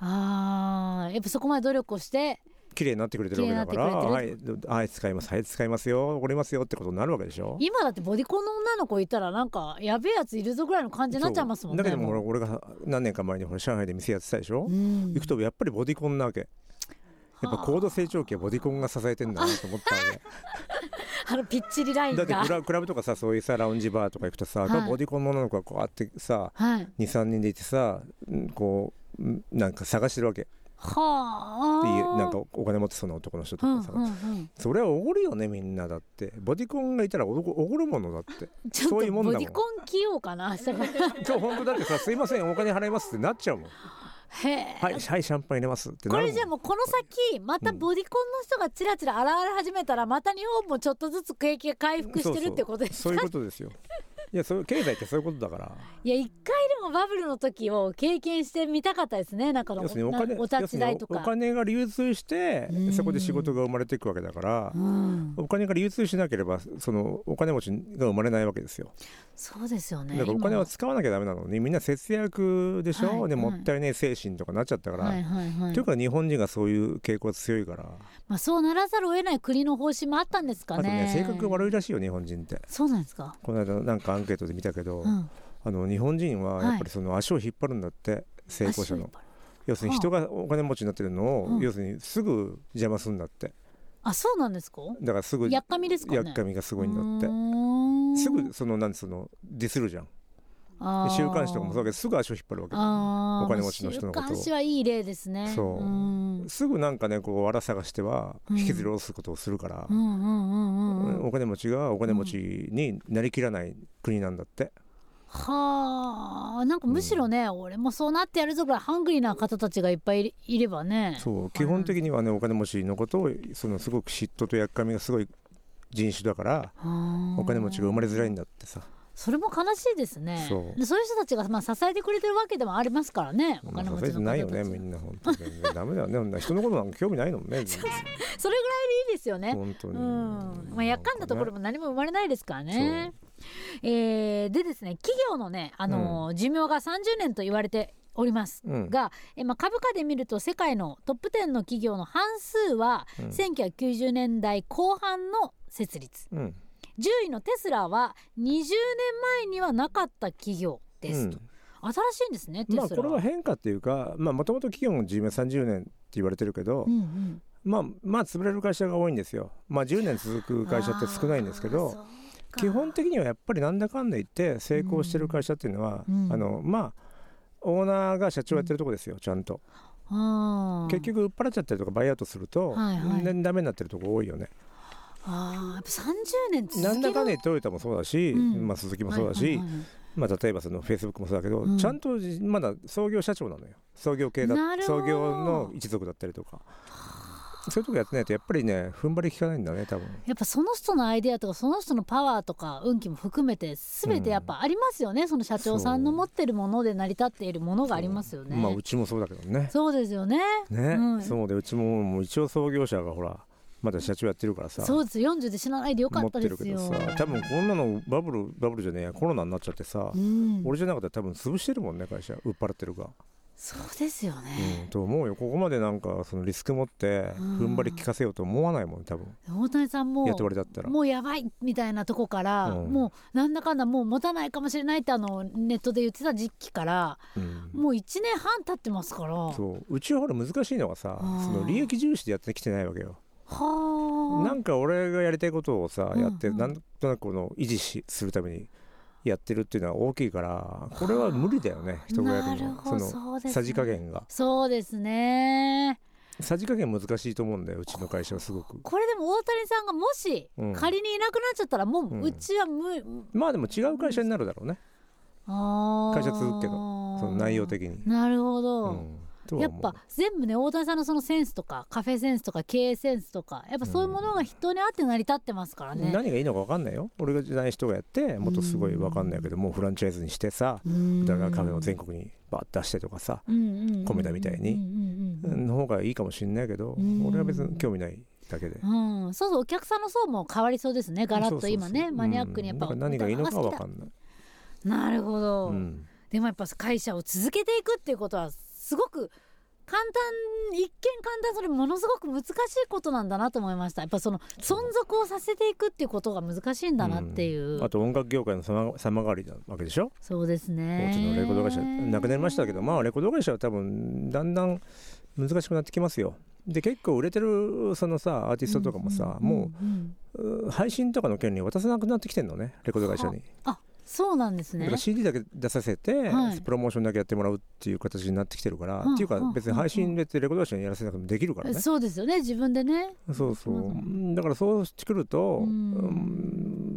S2: あーやっぱそこまで努力をして
S3: 綺麗になってくれてるわけだからは
S2: 綺
S3: いはい使いますはい使いますよ怒りますよってことになるわけでしょ
S2: 今だってボディコンの女の子いたらなんかやべえやついるぞぐらいの感じになっちゃいますもんね
S3: そうだけども
S2: も
S3: 俺
S2: う
S3: 俺が何年か前にほら上海で店やってたでしょ、
S2: うん
S3: 行くとやっぱりボディコンなわけやっぱ高度成長期はボディコンが支えてんだなと思ったわ
S2: あのぴっちりライ
S3: け
S2: ン
S3: だ
S2: が
S3: ってクラクラブとかさそういうさラウンジバーとか行くとさ、
S2: はい
S3: ボディコンの女の子がこうあってさ
S2: はい
S3: 23人でいてさんこうんなんか探してるわけ
S2: はあ
S3: いいなんかお金持ってそうな男の人と
S2: うん
S3: か
S2: うん
S3: さ、
S2: うん
S3: それはおごるよねみんなだってボディコンがいたらおごおごるものだって
S2: ちょ
S3: そう
S2: っ
S3: いう
S2: と
S3: もん
S2: ボ
S3: だもん
S2: ディコン着ようかな明日から
S3: 今日本当だってさ「すいませんお金払います」ってなっちゃうもん「
S2: へえ
S3: はいはいシャンパン入れます」ってな
S2: こ
S3: るも
S2: れ
S3: ん
S2: じゃあもうこの先またボディコンの人がちらちら現れ始めたらまた日本もちょっとずつ景気が回復してるってことです
S3: そうそうそういうことですよいやそう経済ってそういうことだから
S2: いや一回でもバブルの時を経験してみたかったですねなんかのお
S3: 要するにお金
S2: なお立ち台と
S3: 要
S2: か
S3: するにお金が流通して
S2: うん
S3: そこで仕事が生まれていくわけだから
S2: うん、
S3: お金が流通しなければそのお金持ちが生まれないわけですよ
S2: そうですよ
S3: だ
S2: ね
S3: からお金は使わなきゃダメなのにみんな節約でしょ、
S2: はい
S3: で
S2: はい
S3: もったいない精神とかなっちゃったか
S2: 今
S3: ら、
S2: はいはいはい
S3: というか日本人がそういう傾向強いから、
S2: まあ、そうならざるを得ない国の方針もあったんです
S3: あ
S2: か
S3: とね
S2: ね
S3: 性格が悪いらしいよ日本人って
S2: そうなんですか、
S3: この間なんかアンケートで見たけど、
S2: うん、
S3: あの日本人はやっぱりその足を引っ張るんだって、成功者の
S2: 足を引っ張る
S3: 要するに人がお金持ちになってるのを、
S2: うん
S3: 要するにすぐ邪魔するんだって
S2: あそうなんですか
S3: だからすぐ
S2: やっかみですかね
S3: やっかみがすごいんだってすぐそのなんそのディスるじゃんで週刊誌とかもそうだけどすぐ足を引っ張るわけ
S2: あー
S3: お金持ちの人のことを
S2: 週刊誌はいい例ですね
S3: そう
S2: うん
S3: すぐなんかねこう藁探しては
S2: うん
S3: 引きずり下ろすことをするから、
S2: うんうんうんうんうん
S3: お金持ちがお金持ちになりきらない国なんだって、
S2: はあなんかむしろね、俺もそうなってやるぞぐらいハングリーな方たちがいっぱいいいればね
S3: そう基本的にはねお金持ちのことをそのすごく嫉妬とやっかみがすごい人種だからお
S2: お
S3: 金持ちが生まれづらいんだってさ
S2: それも悲しいですね
S3: そう
S2: でそういう人たちが、まあ、支えてくれてるわけでもありますからねお
S3: まあ
S2: 金持
S3: 支え
S2: ち
S3: て
S2: の
S3: ない
S2: 方
S3: よ
S2: た
S3: ね
S2: ち
S3: みんな本当にダメだよねそんな人のことなんか興味ないの ね
S2: それぐらいでいいですよね
S3: 本当
S2: う
S3: に、
S2: んまあ、やっかんだところも何も生まれないですからね。えーでですね企業のね、あのー寿命が30年と言われております
S3: うん
S2: が、えまあ、株価で見ると世界のトップ10の企業の半数は
S3: うん
S2: 1990年代後半の設立
S3: うん
S2: 10位のテスラは20年前にはなかった企業ですと、新しいんですねテス
S3: ま
S2: ラ
S3: あこれは変化っていうかまあもともと企業の寿命30年って言われてるけど、
S2: うんうん
S3: まあまあ潰れる会社が多いんですよまあ10年続く会社って少ないんですけ
S2: あーそ
S3: ど
S2: うか
S3: 基本的にはやっぱりなんだかんだ言って成功してる会社っていうのは、
S2: うん
S3: あのまあオーナーが社長やってるとこですよちゃんと、
S2: あー
S3: 結局売っ払っちゃったりとかバイアウトすると、
S2: はいはい
S3: 全然ダメになってるとこ多いよね
S2: あーやっぱ30年続け
S3: なんだかね
S2: と
S3: トヨタもそうだし、
S2: うん
S3: まあ、鈴木もそうだし、まあ、例えばそのフェイスブックもそうだけど、
S2: うん
S3: ちゃんとまだ創業社長なのよ創業系だ
S2: なるほど
S3: 創業の一族だったりとかそういうとこやってないとやっぱりね踏ん張り効かないんだね多分
S2: やっぱその人のアイデアとかその人のパワーとか運気も含めて全てやっぱありますよね、その社長さんの持ってるもので成り立っているものがありますよね。
S3: まあうちもそうだけどね
S2: そうですよね。
S3: ね、
S2: うん
S3: そうでうちももう一応創業者がほらまだ社長やってるからさ
S2: そうです40で死なないでよか
S3: 持
S2: っ
S3: ったて
S2: で
S3: るけ
S2: す
S3: ど
S2: よ。
S3: さ多分こんなのバブルバブルじゃねえやコロナになっちゃってさ、
S2: うん、
S3: 俺じゃなかったら多分潰してるもんね会社売っ払ってるが。
S2: そうですよ
S3: うん
S2: ね。
S3: と思うよここまでなんかそのリスク持って
S2: うん
S3: 踏ん張り効かせようと思わないもん多分
S2: 大谷さんも
S3: やって俺だったら
S2: もうやばいみたいなとこから、
S3: うん
S2: もうなんだかんだもう持たないかもしれないってあのネットで言ってた時期から
S3: うん
S2: もう1年半経ってますから。は
S3: そううちはほら難しいのがさ
S2: うん
S3: その利益重視でやってきてないわけよ
S2: あ。
S3: なんか俺がやりたいことをさ
S2: うん
S3: やって
S2: うん
S3: なんとなくこの維持しするためにやってるっていうのは大きいからこれは無理だよね人がやる
S2: なる
S3: のは
S2: ほど
S3: そ
S2: そうで
S3: の
S2: すね
S3: さじ加減が
S2: そうですね。
S3: さじ加減難しいと思うんだようちの会社はすごく
S2: これでも大谷さんがもし
S3: うん
S2: 仮にいなくなっちゃったらも
S3: うん
S2: ううちは無、
S3: まあでも違う会社になるだろうね
S2: あー
S3: 会社続くけどその内容的に、
S2: なるほ
S3: う
S2: ど、
S3: ん、とは
S2: や
S3: 思
S2: っ
S3: う
S2: ぱ全部ね大谷さんのそのセンスとかカフェセンスとか経営センスとかやっぱそういうものが人に合って成り立ってますからね。
S3: 何がいいのか分かんないよ俺がじゃない人がやってもっとすごい分かんないけどもうフランチャイズにしてさ
S2: うん
S3: だからカフェを全国にバッ出してとかさ
S2: 米
S3: 米田みたいにの方がいいかもしんないけど
S2: うん
S3: 俺は別に興味ないだけで
S2: うん、そうそうお客さんの層も変わりそうですねガラッと今
S3: そうそう
S2: ね
S3: そう
S2: マニアックにやっぱ、
S3: うんだから何がいいのか分か
S2: ん
S3: んない
S2: なるほど、
S3: うん
S2: でもやっぱ会社を続けていくっていうことはすごく簡単一見簡単それものすごく難しいことなんだなと思いましたやっぱその存続をさせていくっていうことが難しいんだなっていう、
S3: うんあと音楽業界の様様変わりなわけでしょ
S2: そうですね
S3: 大手のレコード会社なくなりましたけどまあレコード会社は多分だんだん難しくなってきますよで結構売れてるそのさアーティストとかもさもう
S2: うんうん
S3: うん配信とかの権利を渡さなくなってきてんのねレコード会社に、
S2: あそうなんです
S3: だ
S2: ね
S3: から CD だけ出させて、
S2: はい
S3: プロモーションだけやってもらうっていう形になってきてるから、
S2: うん
S3: っていうか
S2: うん
S3: 別に配信別にレコード会社にやらせなくてもできるからね、
S2: そうですよね自分でね
S3: そうそう、
S2: そうそう
S3: だからそうしてくると、
S2: うん
S3: う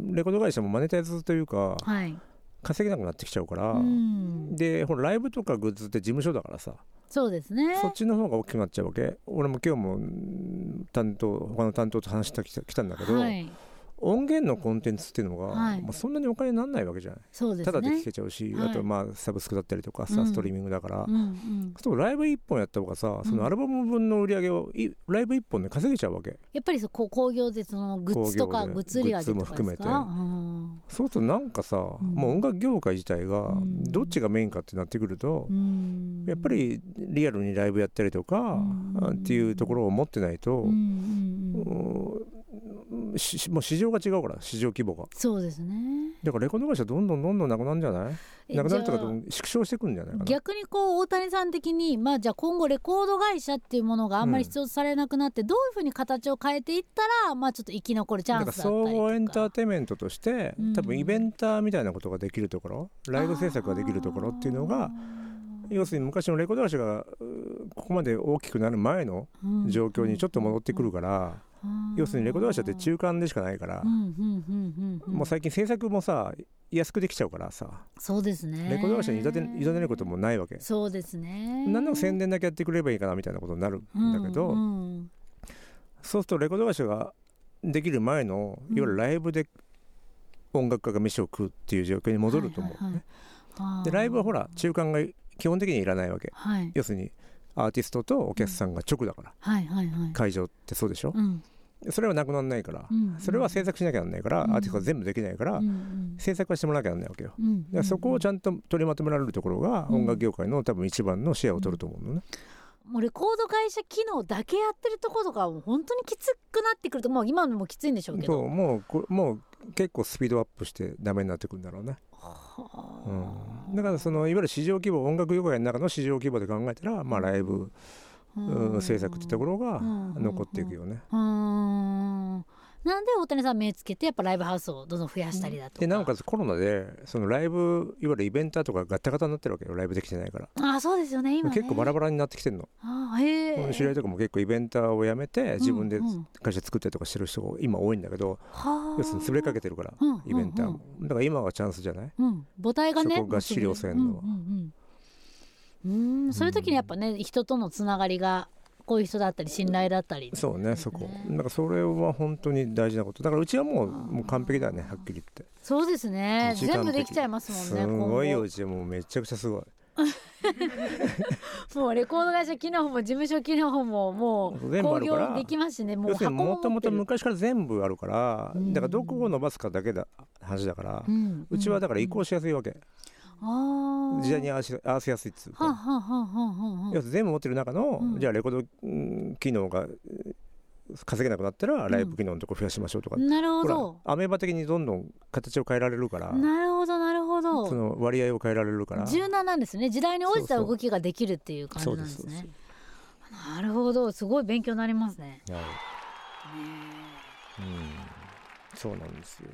S3: んレコード会社もマネタイズというか
S2: はい
S3: 稼げなくなってきちゃうから、
S2: うん
S3: でほらライブとかグッズって事務所だからさ
S2: そうですね
S3: そっちの方が大きくなっちゃうわけ俺も今日もうん担当他の担当と話してきた来たんだけど、
S2: はい
S3: 音源のコンテンツっていうのが、
S2: はい
S3: まあ、そんなにお金にならないわけじゃない
S2: そうです
S3: た
S2: ね
S3: だで聞けちゃうし、
S2: はい
S3: あとまあサブスクだったりとかさ、
S2: うん
S3: ストリーミングだから、
S2: うんうん
S3: そうライブ1本やった方がさそのアルバム分の売り上げをいライブ1本で稼げちゃうわけ
S2: やっぱりそうこう工業でそのグッズとか
S3: 工業で
S2: グッズ売り上げとかですか
S3: グッズも含めて
S2: うん
S3: そうするとなんかさ、
S2: ん
S3: もう音楽業界自体が
S2: うん
S3: どっちがメインかってなってくると
S2: う、ん
S3: やっぱりリアルにライブやったりとか、
S2: うん
S3: っていうところを持ってないと
S2: うん、うんうん
S3: うんししもう市場が違うから市場規模が
S2: そうですね
S3: だからレコード会社どんどんどんどんなくなるんじゃない
S2: え
S3: なくなるとか
S2: じゃあ
S3: 縮小してくんじゃないかな
S2: 逆にこう大谷さん的にまあじゃあ今後レコード会社っていうものがあんまり必要とされなくなって、どういうふうに形を変えていったらまあちょっと生き残るチャン
S3: だ
S2: ス
S3: か
S2: だ
S3: ら
S2: ったりとか
S3: 総合エンターテインメントとして、
S2: うん
S3: 多分イベンターみたいなことができるところライブ制作ができるところっていうのが要するに昔のレコード会社がうここまで大きくなる前の状況にちょっと戻ってくるから、要するにレコード会社って中間でしかないから、もう最近制作もさ安くできちゃうからさ
S2: そうですね
S3: レコード会社に委ね委ねることもないわけ。
S2: そうですね
S3: なんでも宣伝だけやってくれればいいかなみたいなことになるんだけど、
S2: うんうん
S3: そうするとレコード会社ができる前の
S2: うん
S3: いわゆるライブで音楽家が飯を食うっていう状況に戻ると思う、ね
S2: はいはいはいあー
S3: でライブはほら中間が基本的にいらないわけ
S2: はい
S3: 要するにアーティストとお客さんが直だから、
S2: はいはいはい
S3: 会場ってそうでしょ、
S2: うん
S3: それはなくならないから、
S2: うん
S3: それは制作しなきゃならないから、
S2: うん
S3: アーティストは全部できないから、
S2: うんうん
S3: 制作はしてもらわなきゃならないわけよ
S2: うんうん
S3: だからそこをちゃんと取りまとめられるところが
S2: うん
S3: 音楽業界の多分一番のシェアを取ると思うのね、
S2: もうレコード会社機能だけやってるところとかはもう本当にきつくなってくるともう今のもきついんでしょうけ
S3: そ
S2: ど
S3: うもうこもう結構スピードアップしてダメになってくるんだろうねうん、だからそのいわゆる市場規模音楽業界の中の市場規模で考えたら、まあ、ライブ、うん制作ってところが
S2: うん
S3: 残っていくよね。
S2: うーんなんで大谷さん目つけてやっぱライブハウスをどんどん増やしたりだとか。
S3: でなおかつコロナでそのライブいわゆるイベンターとかガタガタになってるわけよライブできてないから。
S2: あそうですよね今ね
S3: 結構バラバラになってきてるの、
S2: あへえ
S3: 知り合いとかも結構イベンターを辞めて自分で
S2: うんうん
S3: 会社作ったりとかしてる人が今多いんだけど、
S2: はあ
S3: 要するに潰れかけてるから、
S2: うんうん
S3: イベンターもだから今はチャンスじゃない
S2: うん、母体がね
S3: そこが資料線の
S2: うんうんうんうんうーんそういう時にやっぱね人とのつながりがこういう人だったり信頼だったり
S3: そうねそこだからそれは本当に大事なことだからうちはもうもう完璧だよねはっきり言って
S2: そうですね
S3: 時間
S2: 全部で
S3: 的
S2: きちゃいますもんね
S3: すごいよ
S2: 今
S3: うちもうめちゃくちゃすごい
S2: 後もうレコード会社機能も事務所機能ももう
S3: 全部
S2: 興
S3: あるから
S2: 行できますしねもう
S3: 要するに
S2: 箱
S3: も
S2: も
S3: と
S2: 持
S3: も
S2: って
S3: と
S2: る
S3: 昔から全部あるから
S2: ん
S3: だからどこを伸ばすかだけだ話だから
S2: うんうん
S3: うちはだから移行しやすいわけ
S2: ああ
S3: 時代に合わせ合わせやすいっつう
S2: はあ、は
S3: か
S2: あはあはあはあ
S3: 要するに全部持ってる中の
S2: うん
S3: じゃあレコードうん機能がうん稼げなくなったらライブ機能のとこ増やしましょうとか
S2: なるほ
S3: ほら
S2: ど
S3: アメーバ的にどんどん形を変えられるから
S2: なるほどなるほ
S3: そ
S2: ど
S3: の割合を変えられるから
S2: 柔軟なんですね時代に応じた
S3: そうそう
S2: 動きができるっていう感じなんです
S3: そうです
S2: ね
S3: そうで
S2: なるほどすごい勉強になりますね
S3: はいうんそうなんですよ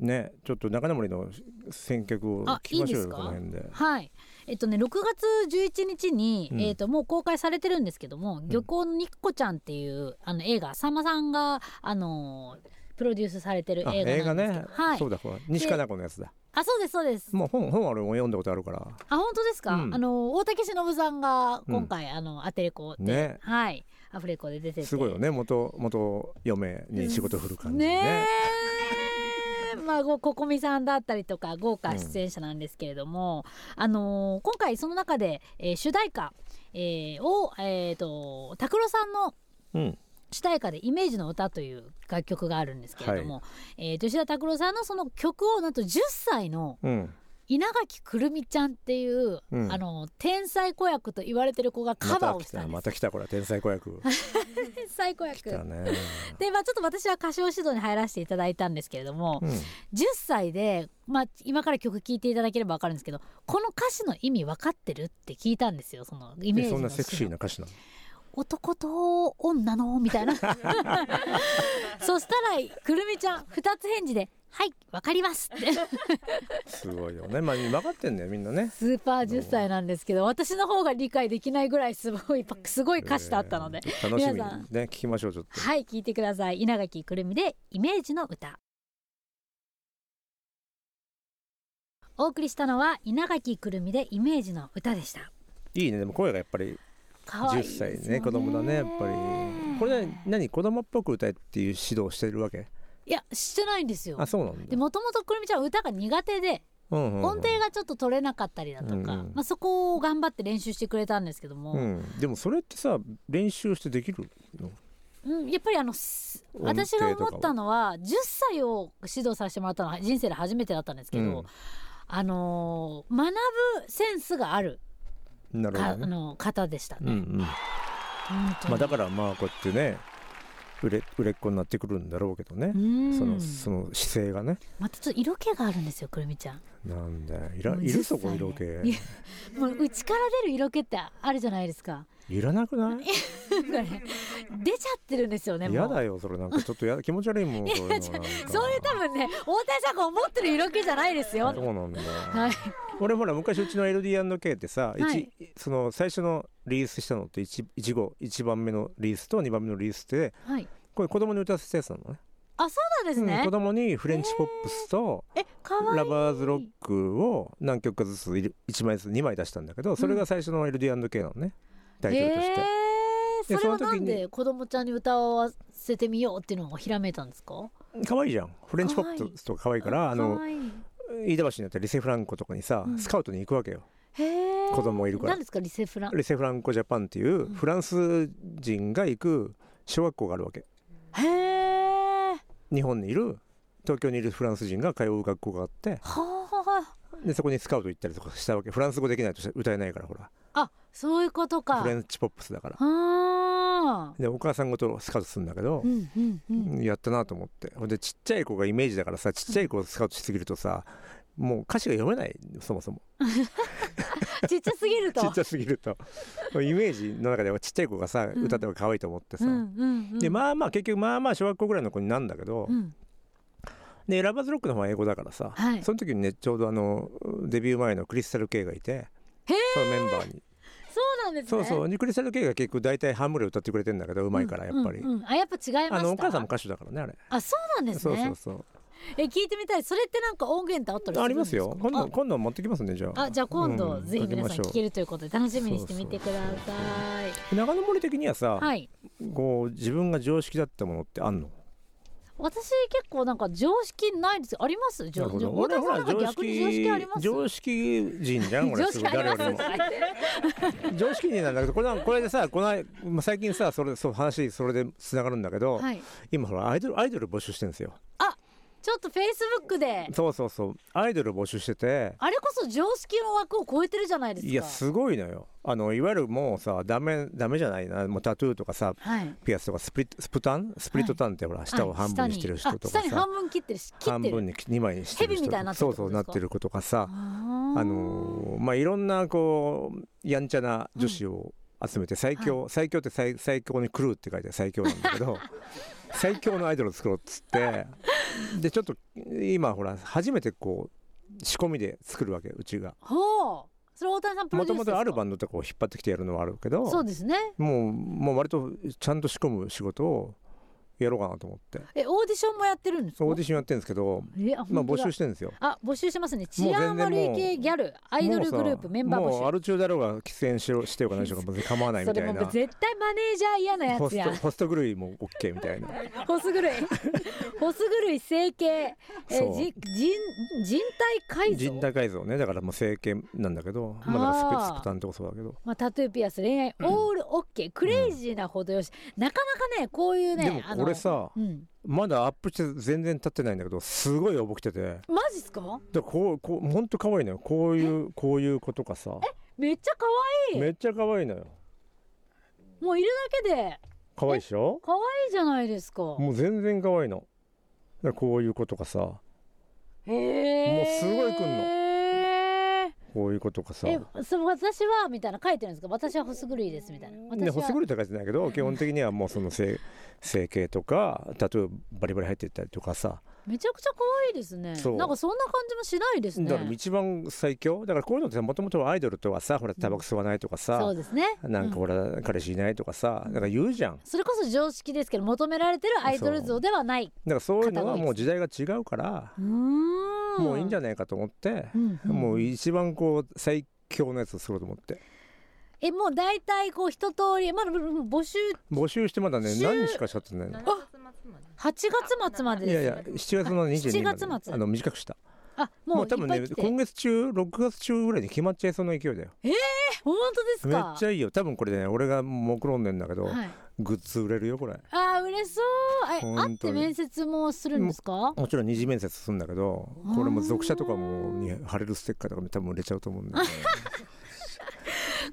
S3: ねちょっと中森の選曲を
S2: あ
S3: 聞きましょう
S2: いいで
S3: よ
S2: すか
S3: この辺で。
S2: はい、えっとね6月11日に、
S3: うん
S2: えっともう公開されてるんですけども「漁港のニッコちゃん」っていうあの映画さんまさんがあのプロデュースされてる
S3: あ
S2: 映
S3: 映
S2: 画なん
S3: 画
S2: ですけ
S3: ね
S2: ど、はい
S3: そうだこれ西加奈子のやつだ
S2: あそうですそうです
S3: もう本本は俺も読んだことあるから
S2: あ本当ですか、
S3: うん
S2: あの大竹しのぶさんが今回、あのアテレコで、
S3: ね
S2: はいアフレコで出てて
S3: すごいよね元元嫁に仕事振る感じね
S2: ねえ まあごここみさんだったりとか豪華出演者なんですけれども、あのー今回その中で、えー主題歌、えーをえっ、と拓郎さんの
S3: うん
S2: 主題歌で「イメージの歌」という楽曲があるんですけれども、えー吉田拓郎さんのその曲をなんと10歳の
S3: うん
S2: 稲垣くるみちゃんっていう、
S3: うん
S2: あの天才子役と言われてる子がカバーをしたんです、
S3: また来たまた来たこれ天才子役
S2: 天才子役
S3: 来たね
S2: でまあちょっと私は歌唱指導に入らせていただいたんですけれども、
S3: うん
S2: 10歳で、まあ、今から曲聴いていただければ分かるんですけどこの歌詞の意味分かってるって聞いたんですよそのイメー
S3: え
S2: ジの
S3: そんなセクシー
S2: その
S3: な歌詞なの
S2: 男と女のみた いなそしたらくるみちゃん2つ返事で「はい分かります」 って
S3: すごいよねまあ分かってんだよみんなね
S2: スーパー10歳なんですけど私の方が理解できないぐらいすごいすごい歌詞だったので、
S3: えー楽しみに
S2: 皆さん
S3: ね聞きましょうちょっと
S2: はい聞いてください稲垣くるみでイメージの歌お送りしたのは稲垣くるみでイメージの歌でした
S3: いいねでも声がやっぱり
S2: 可愛い
S3: 10
S2: ですよ
S3: 歳ね子供だねやっぱりこれ何何子供っぽく歌えっていう指導してるわけ
S2: いやしてないんですよ
S3: あそうなん
S2: で
S3: だ
S2: もともとくるみちゃんは歌が苦手で
S3: うんうんうん
S2: 音程がちょっと取れなかったりだとか、
S3: うんうん
S2: まあ、そこを頑張って練習してくれたんですけども、
S3: うんでもそれってさ練習してできるの
S2: うん、やっぱりあのす
S3: 音程と
S2: 私
S3: か
S2: が
S3: は
S2: 思ったのは10歳を指導させてもらったのは人生で初めてだったんですけど、
S3: うん
S2: あのー学ぶセンスがある
S3: なる
S2: か、
S3: ほ
S2: あ
S3: どね
S2: の方でした
S3: うんう
S2: ね。
S3: ん
S2: 本当に
S3: まあだからまあこうやってね売れ売れっ子になってくるんだろうけどね
S2: うん
S3: そのその姿勢がね
S2: またちょっと色気があるんですよくるみちゃん
S3: なんだよいら
S2: もう
S3: い
S2: 10
S3: るそこ
S2: 歳
S3: 色気
S2: いやもう内から出る色気ってあるじゃないですか
S3: いらなくない
S2: なんかね出ちゃってるんですよねもう
S3: 嫌だよそれなんかちょっとや気持ち悪いもんそういうのなんか
S2: そういう多分ね大谷さんが思ってる色気じゃないですよ
S3: そうなんだ
S2: はい
S3: 俺ほら昔うちの LD&K ってさ、
S2: はい
S3: 一その最初のリリースしたのって 1, 1号1番目のリリースと2番目のリリースって
S2: はい
S3: これ子供に歌わせたやつなのね
S2: あそうなんです
S3: うん
S2: ね
S3: 子供にフレンチポップスと
S2: え可愛い
S3: ラバーズロックを何曲かずつ1枚ずつ2枚出したんだけどそれが最初の LD&K なのねタイトルとして
S2: え。ー
S3: で
S2: それはな
S3: その時
S2: ん
S3: に
S2: で子供ちゃんに歌わせてみようっていうのをひらめいたんですか
S3: 可愛いじゃんフレンチポップスとか可愛いからあの
S2: 可愛い
S3: 飯田橋にあったリセフランコとかにさ、
S2: うん
S3: スカウトに行くわけよ
S2: へえ
S3: 子供いるから
S2: 何ですかリセフラン
S3: リセフランコジャパンっていうフランス人が行く小学校があるわけ
S2: へえ
S3: 日本にいる東京にいるフランス人が通う学校があって
S2: はあ
S3: でそこにスカウト行ったりとかしたわけフランス語できないとし歌えないからほら
S2: あそういうことか
S3: フレンチポップスだから
S2: ああ
S3: でお母さんごとスカウトするんだけど
S2: う、んうんうん
S3: やったなと思ってほんでちっちゃい子がイメージだからさちっちゃい子をスカウトしすぎるとさもう歌詞が読めないそもそも
S2: ちっちゃすぎると
S3: ちっちゃすぎるとイメージの中ではちっちゃい子がさ
S2: ん
S3: 歌ったら可愛いと思ってさ、
S2: うんうんうん
S3: でまあまあ結局まあまあ小学校ぐらいの子になんだけど、
S2: うん
S3: でラバーズロックの方は英語だからさ、
S2: はい
S3: その時にねちょうどあのデビュー前のクリスタル・ケイがいて
S2: へー
S3: そのメンバーに
S2: そうなんですね
S3: そうそうでクリスタル・ケイが結構大体半分ぐらい歌ってくれてんだけどうまいからやっぱり、
S2: うんうんうんあやっぱ違いました
S3: あのお母さんも歌手だからねあれ
S2: あそうなんです
S3: そう
S2: ね
S3: そうそう
S2: え聞いてみたいそれってなんか音源ってあったりするんですか
S3: ありますよ今度
S2: あ
S3: 今度持ってきますねじゃあ
S2: あじゃあ今度、
S3: うん
S2: ぜひ皆さん
S3: かけま
S2: 聞
S3: しょう
S2: けるということで楽しみにしてみてください
S3: そうそう長野森的にはさ、
S2: はい
S3: こう自分が常識だったものってあんの
S2: 私結構なんか常識ないですあります
S3: な
S2: 常
S3: るほ
S2: 識
S3: ど俺ほら
S2: なんか
S3: 常
S2: 逆に常識あり
S3: 識
S2: ます
S3: 常識人じ ゃん俺
S2: 常
S3: すご
S2: 識
S3: い
S2: あり
S3: 誰
S2: ま
S3: よ
S2: す
S3: りも 常識人なんだけどこれなんこれでさこの間まあ最近さそれそう話それでつながるんだけど、
S2: はい
S3: 今ほらアイドルアイドル募集してるんですよ
S2: ちょっとフェイスブックで
S3: そうそうそうアイドル募集してて
S2: あれこそ常識の枠を超えてるじゃないですか
S3: いやすごいのよあのいわゆるもうさダメダメじゃないなもうタトゥーとかさ
S2: はい
S3: ピアスとかスプリットスプタンスプリットタンってほら、舌を半分にしてる人とかさ
S2: あ下に半分切ってるし切っ
S3: 半
S2: て
S3: 分
S2: る
S3: に2枚にしてる人
S2: 蛇みたいになってるっ
S3: そう
S2: てこ
S3: そ
S2: とで
S3: う
S2: すか
S3: なってる子とかさ
S2: あー
S3: あのーまあいろんなこうやんちゃな女子を集めて最強、最強って最最強に狂うって書いてある最強なんだけ ど最強のアイドルを作ろうっつってでちょっと今ほら初めてこう仕込みで作るわけうちが
S2: ほうそれ大谷さんプロ
S3: も
S2: デ
S3: と
S2: ュー
S3: も
S2: スです
S3: と
S2: か
S3: あるバンドとかを引っ張ってきてやるのはあるけど
S2: そうですね
S3: もうもう割とちゃんと仕込む仕事をやろうかなと思って
S2: えオーディションもやってるんですか
S3: オーディションやってるんですけど
S2: えあ
S3: ま
S2: 本
S3: あ
S2: 当
S3: 募
S2: だ
S3: 集してるんですよ
S2: あ募集してますね治安
S3: もう全
S2: 悪
S3: 然
S2: い
S3: もう
S2: 系ギャルアイドルグループメンバー
S3: もう
S2: 募
S3: さもうア
S2: 集
S3: ル中だろうが喫煙しろしてようが何しようが別に構わない
S2: そ
S3: み
S2: れ
S3: たい
S2: もう
S3: な
S2: 絶対マネージャー嫌なや
S3: ホ
S2: つ
S3: ス
S2: や
S3: トホスト狂いも OK みたいな
S2: ホス 狂いホス狂い整形え
S3: そ
S2: ー、
S3: う
S2: じ人人体改
S3: 人
S2: 造
S3: 体改造ねだからもう整形なんだけどまあだからスペスプタンとかそうだけど
S2: まあ、タトゥーピアス恋愛オールオッケークレイジーなほどよし、なかなかねこういうね
S3: でも
S2: あの
S3: これさ
S2: うん、
S3: まだアップして全然経ってないんだけどすごい応募来ててだか
S2: マジっすから
S3: こうこうほんと可愛いのよこういうこういう子とかさ
S2: めっちゃ可愛い
S3: めっちゃ可愛いのよ
S2: もういるだけで
S3: 可愛いでしょ
S2: 可愛いじゃないですか
S3: もう全然可愛いのだからこういう子とかさ
S2: へえ
S3: もうすごい来んの
S2: え
S3: こういう子とかさ
S2: えその私はみたいな書いてるんですか私はホス狂いですみたいな
S3: で
S2: 私
S3: ホ
S2: は
S3: スグルとかじゃないけど基本的にはもうその 整整形とかタトゥーバリバリ入ってったりとかさ
S2: めちゃくちゃ可愛いですね
S3: そう
S2: なんかそんな感じもしないです
S3: だから
S2: ね
S3: 一番最強だからこういうのってもともとアイドルとはさほらタバコ吸わないとか
S2: そ
S3: さ
S2: うですね
S3: なんかほら彼氏いないとかさだから言うじゃんだ
S2: それこそ常識ですけど求められてるアイドル像ではない
S3: からそういうのはもう時代が違うから
S2: うーん
S3: もういいんじ
S2: ゃ
S3: ゃないかと思って
S2: うんうん
S3: もう一番こう最強のやつを作ろうと思って
S2: えもう大体こう一通りまだ募集
S3: 募集してまだね
S2: 週
S3: 何日かしちゃってないの
S4: 7月末まで
S2: 8月末まで
S3: い
S2: です
S3: やいや7月の22
S2: あ
S3: 日
S2: 7
S3: ま
S2: 月
S3: で
S2: 末
S3: あの短くした
S2: あも
S3: も
S2: ういっ
S3: う
S2: ぱ
S3: 多
S2: い
S3: 分ね
S2: 来て、
S3: 今月中6月中ぐらいに決まっちゃいそうな勢いだよ
S2: 本当です
S3: めっ
S2: か
S3: ちゃいいよ多分これね俺が目論んでんだけど、
S2: はい、
S3: グッズ売れるよこれ
S2: あー嬉しそうえ会っ
S3: 本当
S2: て
S3: に
S2: 面接もするんですか
S3: もちろん二次面接するんだけどこれも属者とかもに貼れるステッカーとかも多分売れちゃうと思うんだけど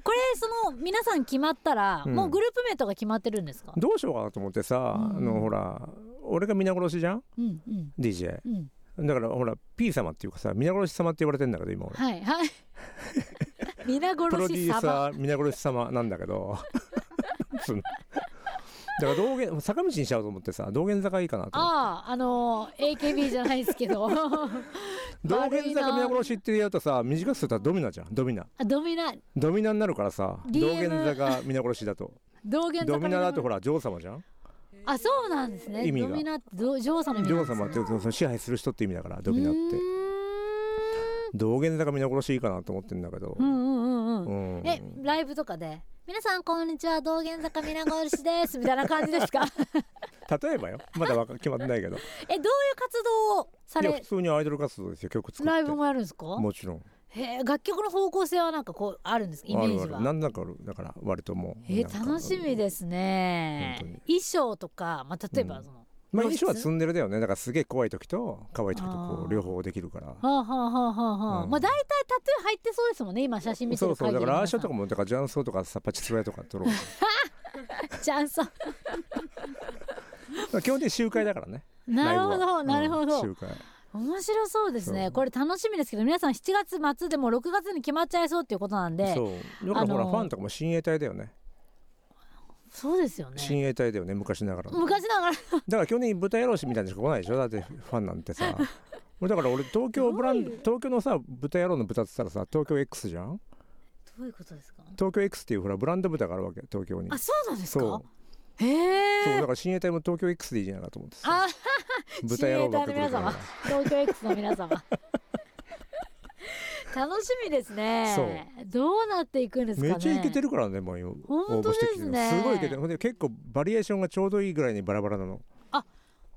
S2: これその皆さん決まったら、
S3: うん
S2: もうグループ名とか決まってるんですか
S3: どうしようかなと思ってさ、
S2: うん
S3: あのほら俺が皆殺しじゃん
S2: うんうん
S3: DJ
S2: うん
S3: だからほら P 様っていうかさ皆殺し様って言われてんだけど今俺
S2: はいはい皆
S3: プロ
S2: 殺
S3: デ
S2: し
S3: ューサ
S2: 様
S3: ー皆殺し様なんだけど そのだから道玄坂道にしちゃおうと思ってさ道玄坂いいかなと思って
S2: あああのー AKB じゃないですけど
S3: 道玄坂
S2: 悪いな
S3: 皆殺しってやるとさ短くするとドミナじゃんドミナ
S2: あドミナ
S3: ドミナになるからさ
S2: DM
S3: 道玄坂皆殺しだと
S2: 道元坂
S3: ドミナだとほら女王様じゃん
S2: あそうなんですね
S3: 意味
S2: ド
S3: が
S2: ミナってど女王様の意味な
S3: 女
S2: ん
S3: 王
S2: です
S3: 様
S2: ね
S3: ってその支配する人って意味だからドミナっ
S2: うー
S3: て道玄坂皆殺しいいかなと思ってんだけど
S2: んうんうんうんうん
S3: うん
S2: えライブとかで「皆さんこんにちは道玄坂皆殺しです」みたいな感じですか
S3: 例えばよまだわか決まってないけどい
S2: えどういう活動をさ
S3: や普
S2: れ
S3: 通にアイドル活動ですよ曲作って
S2: ライブもやるんですか
S3: もちろん
S2: へえ楽曲の方向性はなんかこうあるんですイメー
S3: あ
S2: ジ
S3: る
S2: は
S3: あるなんだかあるだから割ともう
S2: え
S3: なんか
S2: 楽しみですね
S3: 本
S2: 衣装とか、まあ、例えば
S3: うん
S2: その、
S3: まあ
S2: 露出
S3: 衣装はツンデレだよねだからすげえ怖い時と可愛い時とこ
S2: あー
S3: う両方できるから
S2: はあはあはあはあはあ、
S3: うん
S2: まあ大体タトゥー入ってそうですもんね今写真見て
S3: そ
S2: る
S3: うそう
S2: 限り
S3: だからアー
S2: 皆
S3: シ
S2: さん
S3: ャとかもだからジャンソーとかさパチスロヤとか 撮ろう
S2: チャン ス
S3: だから基本的に集会だからね
S2: なるほ
S3: ライブ
S2: ど
S3: は
S2: なるほど、
S3: うん集会
S2: 面白そうです
S3: そ
S2: ね
S3: う
S2: これ楽しみですけど皆さん7月末でも6月に決まっちゃいそうっていうことなんでそう
S3: そうだからほ
S2: あ
S3: ら
S2: の
S3: ファンとかも親衛隊だよね
S2: ですよね
S3: 親衛隊だよね昔ながらの
S2: 昔ながら
S3: だから去年舞台やろしみたいにしか来ないでしょだってファンなん てさ俺だから俺東京ブランド東京のさ豚野郎の豚っつったらさ東京 X じゃん
S2: どういうことですか
S3: 東京 X っていうほらブランド豚があるわけ東京に
S2: あそうなんですか
S3: そ
S2: へ
S3: うそうだ
S2: え
S3: から親衛隊も東京 X でいいじゃないかと思ってさ
S2: あ
S3: 豚野郎ばっかり来るか
S2: 親衛隊の皆
S3: ら
S2: 様東京 X の皆 様楽しみですねどうなっていくんですかね
S3: めっちゃいけてるからねもう今
S2: 本
S3: 応
S2: 当
S3: 募
S2: で
S3: してきて
S2: す
S3: る
S2: ね
S3: すごいいけてるほんで結構バリエーションがちょうどいいぐらいにバラバラなの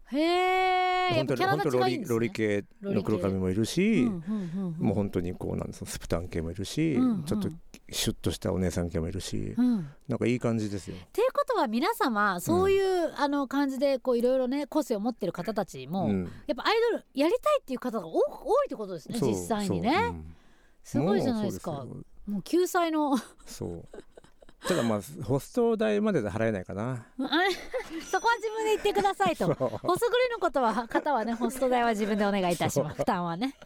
S2: へえやっ
S3: 本
S2: ぱ
S3: 当
S2: キ
S3: に
S2: ャラ
S3: 本
S2: 立
S3: 当
S2: ち
S3: ロ
S2: がいいん
S3: リ
S2: です
S3: ロリ
S2: ね
S3: 系の黒髪もいる
S2: う
S3: し、
S2: んうんうん
S3: もう本当にこうなんですかスプタン系もいるし、
S2: うんうん
S3: ちょっとシュッとしたお姉さん系もいるし、
S2: うんうん
S3: なんかいい感じですよ。
S2: っていうことは皆様そういう、あの感じでこういろいろね個性を持ってる方たちも、
S3: うん
S2: やっぱアイドルやりたいっていう方が多多いってことですね
S3: そう
S2: 実際にね、
S3: そううん
S2: すごいじゃないですか
S3: も
S2: も
S3: う
S2: う救済の
S3: そうですよそうただまあホスト代までで払えないかな
S2: あれ そこは自分で言ってくださいと
S3: そう
S2: ホスグリのことは方はねホスト代は自分でお願いいたします負担はね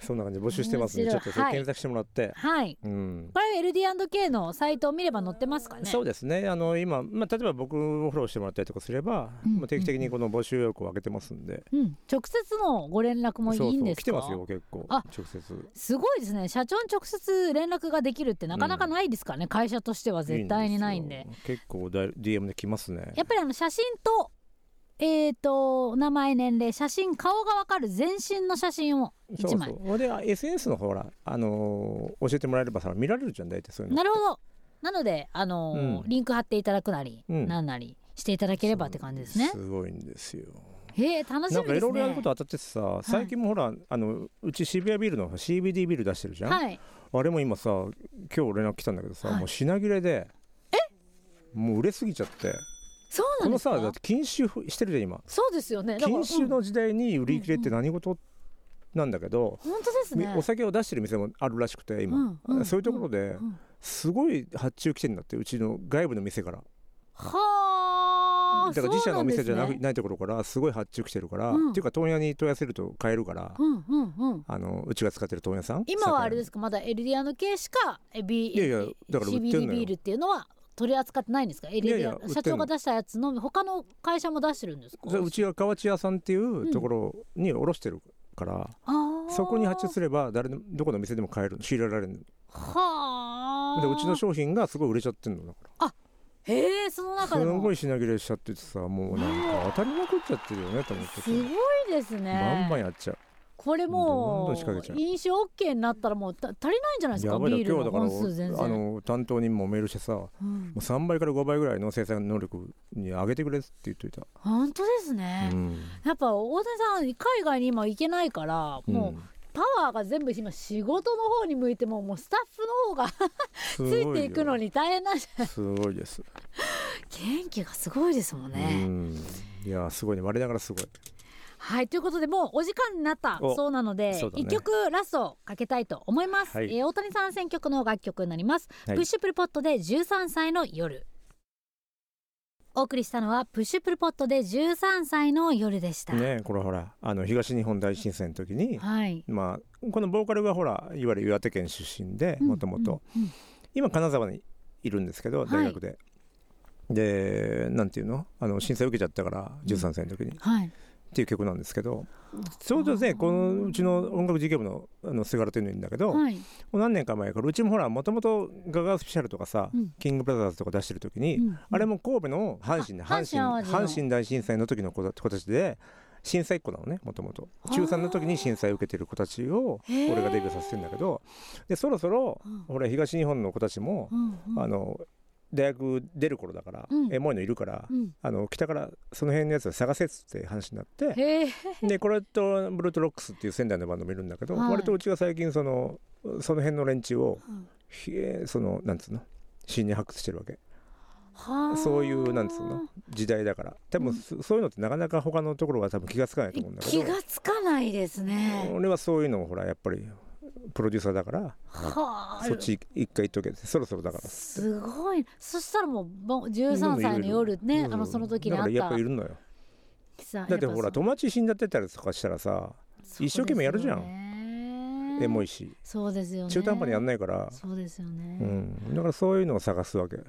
S3: そんな感じで募集してますね
S2: 面
S3: ちょ
S2: 白い
S3: っとそれ
S2: はい
S3: 検索してもらって、
S2: はい
S3: うん
S2: これ LD&K のサイトを見れば載ってますかね
S3: そうですねあの今、まあ、例えば僕をフォローしてもらったりとかすれば、
S2: うん
S3: まあ、定期的にこの募集要項を開けてますんで、
S2: うん、直接のご連絡もい
S3: そう
S2: いん
S3: そ
S2: で
S3: う
S2: すか
S3: 来てますよ結構
S2: あ
S3: 直接
S2: すごいですね社長に直接連絡ができるってなかなかないですからね、会社としては絶対にないんで
S3: いいすよ結構だ DM で来ますね
S2: やっぱりあの写真とえー、とお名前年齢写真顔がわかる全身の写真を1枚
S3: そうそうであ SNS のほら、あのー教えてもらえればさ見られるじゃん大体そういうの
S2: なるほどなのであのー
S3: うん
S2: リンク貼っていただくなり、
S3: うん
S2: なんなりしていただければって感じですね
S3: すごいんですよ
S2: へえ楽し
S3: なん
S2: み
S3: かい
S2: です
S3: ろいろやる
S2: ね
S3: こと当たっててさ最近もほら、あのうち渋谷ビルの CBD ビル出してるじゃん、
S2: はい
S3: あれも今さ今日連絡来たんだけどさ、
S2: はい
S3: もう品切れでえもう売れすぎちゃって
S2: そうな
S3: こ
S2: んで
S3: の
S2: す
S3: さだ
S2: か
S3: って禁酒してるじゃん今
S2: そうですよねだから
S3: 禁酒
S2: うん
S3: の時代に売り切れって何事なんだけど、
S2: 本当ですね
S3: みお酒を出してる店もあるらしくて今、
S2: うんうん
S3: そういうところで
S2: うん
S3: すごい発注来てんだってうちの外部の店から
S2: はあ
S3: だから自社のお店じゃな,、
S2: そうなんですね
S3: ないところからすごい発注来てるから、
S2: うん
S3: っていうか問屋に問い合わせると買えるから、
S2: うんうんうん
S3: あのうちが使ってる問屋さん
S2: 今はあれですすかまだ LD&K しかえビ
S3: いやいやだから売ってんのよ
S2: CBD ビールっていうのは取り扱ってないんですか LD
S3: いやいや売ってんの
S2: 社長が出したやつのみ他の会社も出してるんですか
S3: うちは河内屋さんっていうところに卸してるから、
S2: あー
S3: そこに発注すれば誰でもどこの店でも買えるの仕入れられるの
S2: はあ
S3: でうちの商品がすごい売れちゃってるのだから
S2: へえその中
S3: す
S2: でも
S3: ごい品切れしちゃっててさもうなんか当たりまくっちゃってるよねと思って
S2: すごいです
S3: バンバン
S2: ね
S3: やっちゃう
S2: これ
S3: どんど
S2: も
S3: ん仕掛けちゃ
S2: う
S3: う
S2: 飲酒 OK になったらもうた足りないんじゃないですか
S3: やばいだ
S2: ビールの
S3: 今日だから
S2: 本数全
S3: あ
S2: 然
S3: の担当にもメールしてさも
S2: うん
S3: う3倍から5倍ぐらいの生産能力に上げてくれって言っといた、
S2: 本当ですね
S3: うん
S2: やっぱ大谷さん海外に今行けないからもうパワーが全部今仕事の方に向いてもうもうスタッフの方が
S3: うん
S2: ついていくのに大変なんじゃ
S3: すごいよすごいです、
S2: 元気がすごいですもん ね。
S3: うんいやすごいね我ながらすごい
S2: はいということでもうお時間になった
S3: お
S2: そうなので、
S3: そうだね
S2: 一曲ラストかけたいと思います、
S3: はい
S2: えー大谷さん選曲の楽曲になります、
S3: はい
S2: プッシュプルポットで13歳の夜お送りしたのはプッシュプルポットで13歳の夜でした、
S3: ねこれほらあの東日本大震災の時に、
S2: はい
S3: まあ、このボーカルがほらいわゆる岩手県出身でもともと
S2: うんうんうん
S3: 今金沢にいるんですけど
S2: い
S3: 大学で、でなんていうのあの震災受けちゃったから13歳の時に、っ
S2: はい
S3: ていう曲なんですけどちょうどねこのうちの音楽事業部のあの菅原というのいるんだけど、
S2: はい
S3: 何年か前からうちもほらもともとガガースペシャルとかさ、
S2: うん
S3: キングブラザーズとか出してる時に、
S2: うん
S3: あれも神戸の阪神ね
S2: あ
S3: 阪
S2: 阪神
S3: 神
S2: 淡路の
S3: 阪神大震災の時の子だ子たちで震災っ子なのねもともと中3の時に震災を受けてる子たちを
S2: へー
S3: 俺がデビューさせてんだけどでそろそろ
S2: うん
S3: 俺東日本の子たちも
S2: う、んうん
S3: あの大学出る頃だから、
S2: うん
S3: エモいのいるから、
S2: うん
S3: あの北からその辺のやつを探せっつって話になって
S2: へえ
S3: でこれとブルートロックスっていう仙台のバンドもいるんだけど、
S2: はい
S3: 割とうちが最近そのその辺の連中を、
S2: うん
S3: ひえそのなんつうの新入発掘してるわけ
S2: はあ
S3: そういうなんつうの時代だから多分そ、そういうのってなかなか他のところは多分気がつかないと思うんだけ
S2: 気
S3: ど
S2: がつかないですね。
S3: 俺はそういうのをほらやっぱりプロデューサーだから
S2: はあ
S3: そっち一回行っとけってそろそろだから
S2: すごい。そしたらもうぼ13歳の夜
S3: いる
S2: ね、
S3: いる
S2: あのその時にあ
S3: だか
S2: っ
S3: らやったぱいるのよ
S2: さ
S3: だってほら友達死んじゃってたりとかしたらさ一生懸命やるじゃん
S2: ん
S3: エモ
S2: い。
S3: いし
S2: そうですよね。
S3: 中途半端にやん
S2: ない。
S3: ないから、
S2: そうですよ
S3: う
S2: ね。
S3: ん、だからそういうのを探すわけ、
S2: な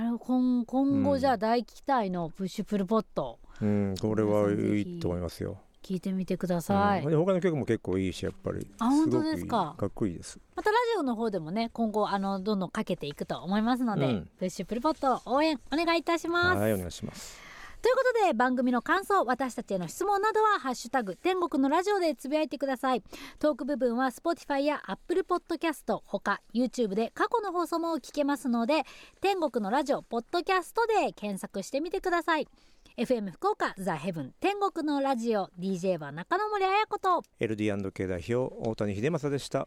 S2: るほど今今後じゃあ大期待のプッシュプルポット
S3: うん、これ
S2: 皆
S3: は
S2: さんぜひ
S3: いいと思いますよ、
S2: 聞いてみてください。
S3: うん、で他の曲も結構いいしやっぱり
S2: あ
S3: す
S2: 本当
S3: ごくいい
S2: ですか
S3: っこいいです
S2: またラジオの方でもね、今後あのどんどんかけていくと思いますので、
S3: うん
S2: プッシュプルポット応援お願いいたします。
S3: はいお願いします
S2: ということで番組の感想私たちへの質問などは「ハッシュタグ天国のラジオ」でつぶやいてくださいトーク部分は Spotify や Apple Podcast ほか YouTube で過去の放送も聞けますので「天国のラジオ」ポッドキャストで検索してみてください FM 福岡ザ・ヘブン天国のラジオ DJ は中野森彩子と
S3: LD&K 代表大谷秀正でした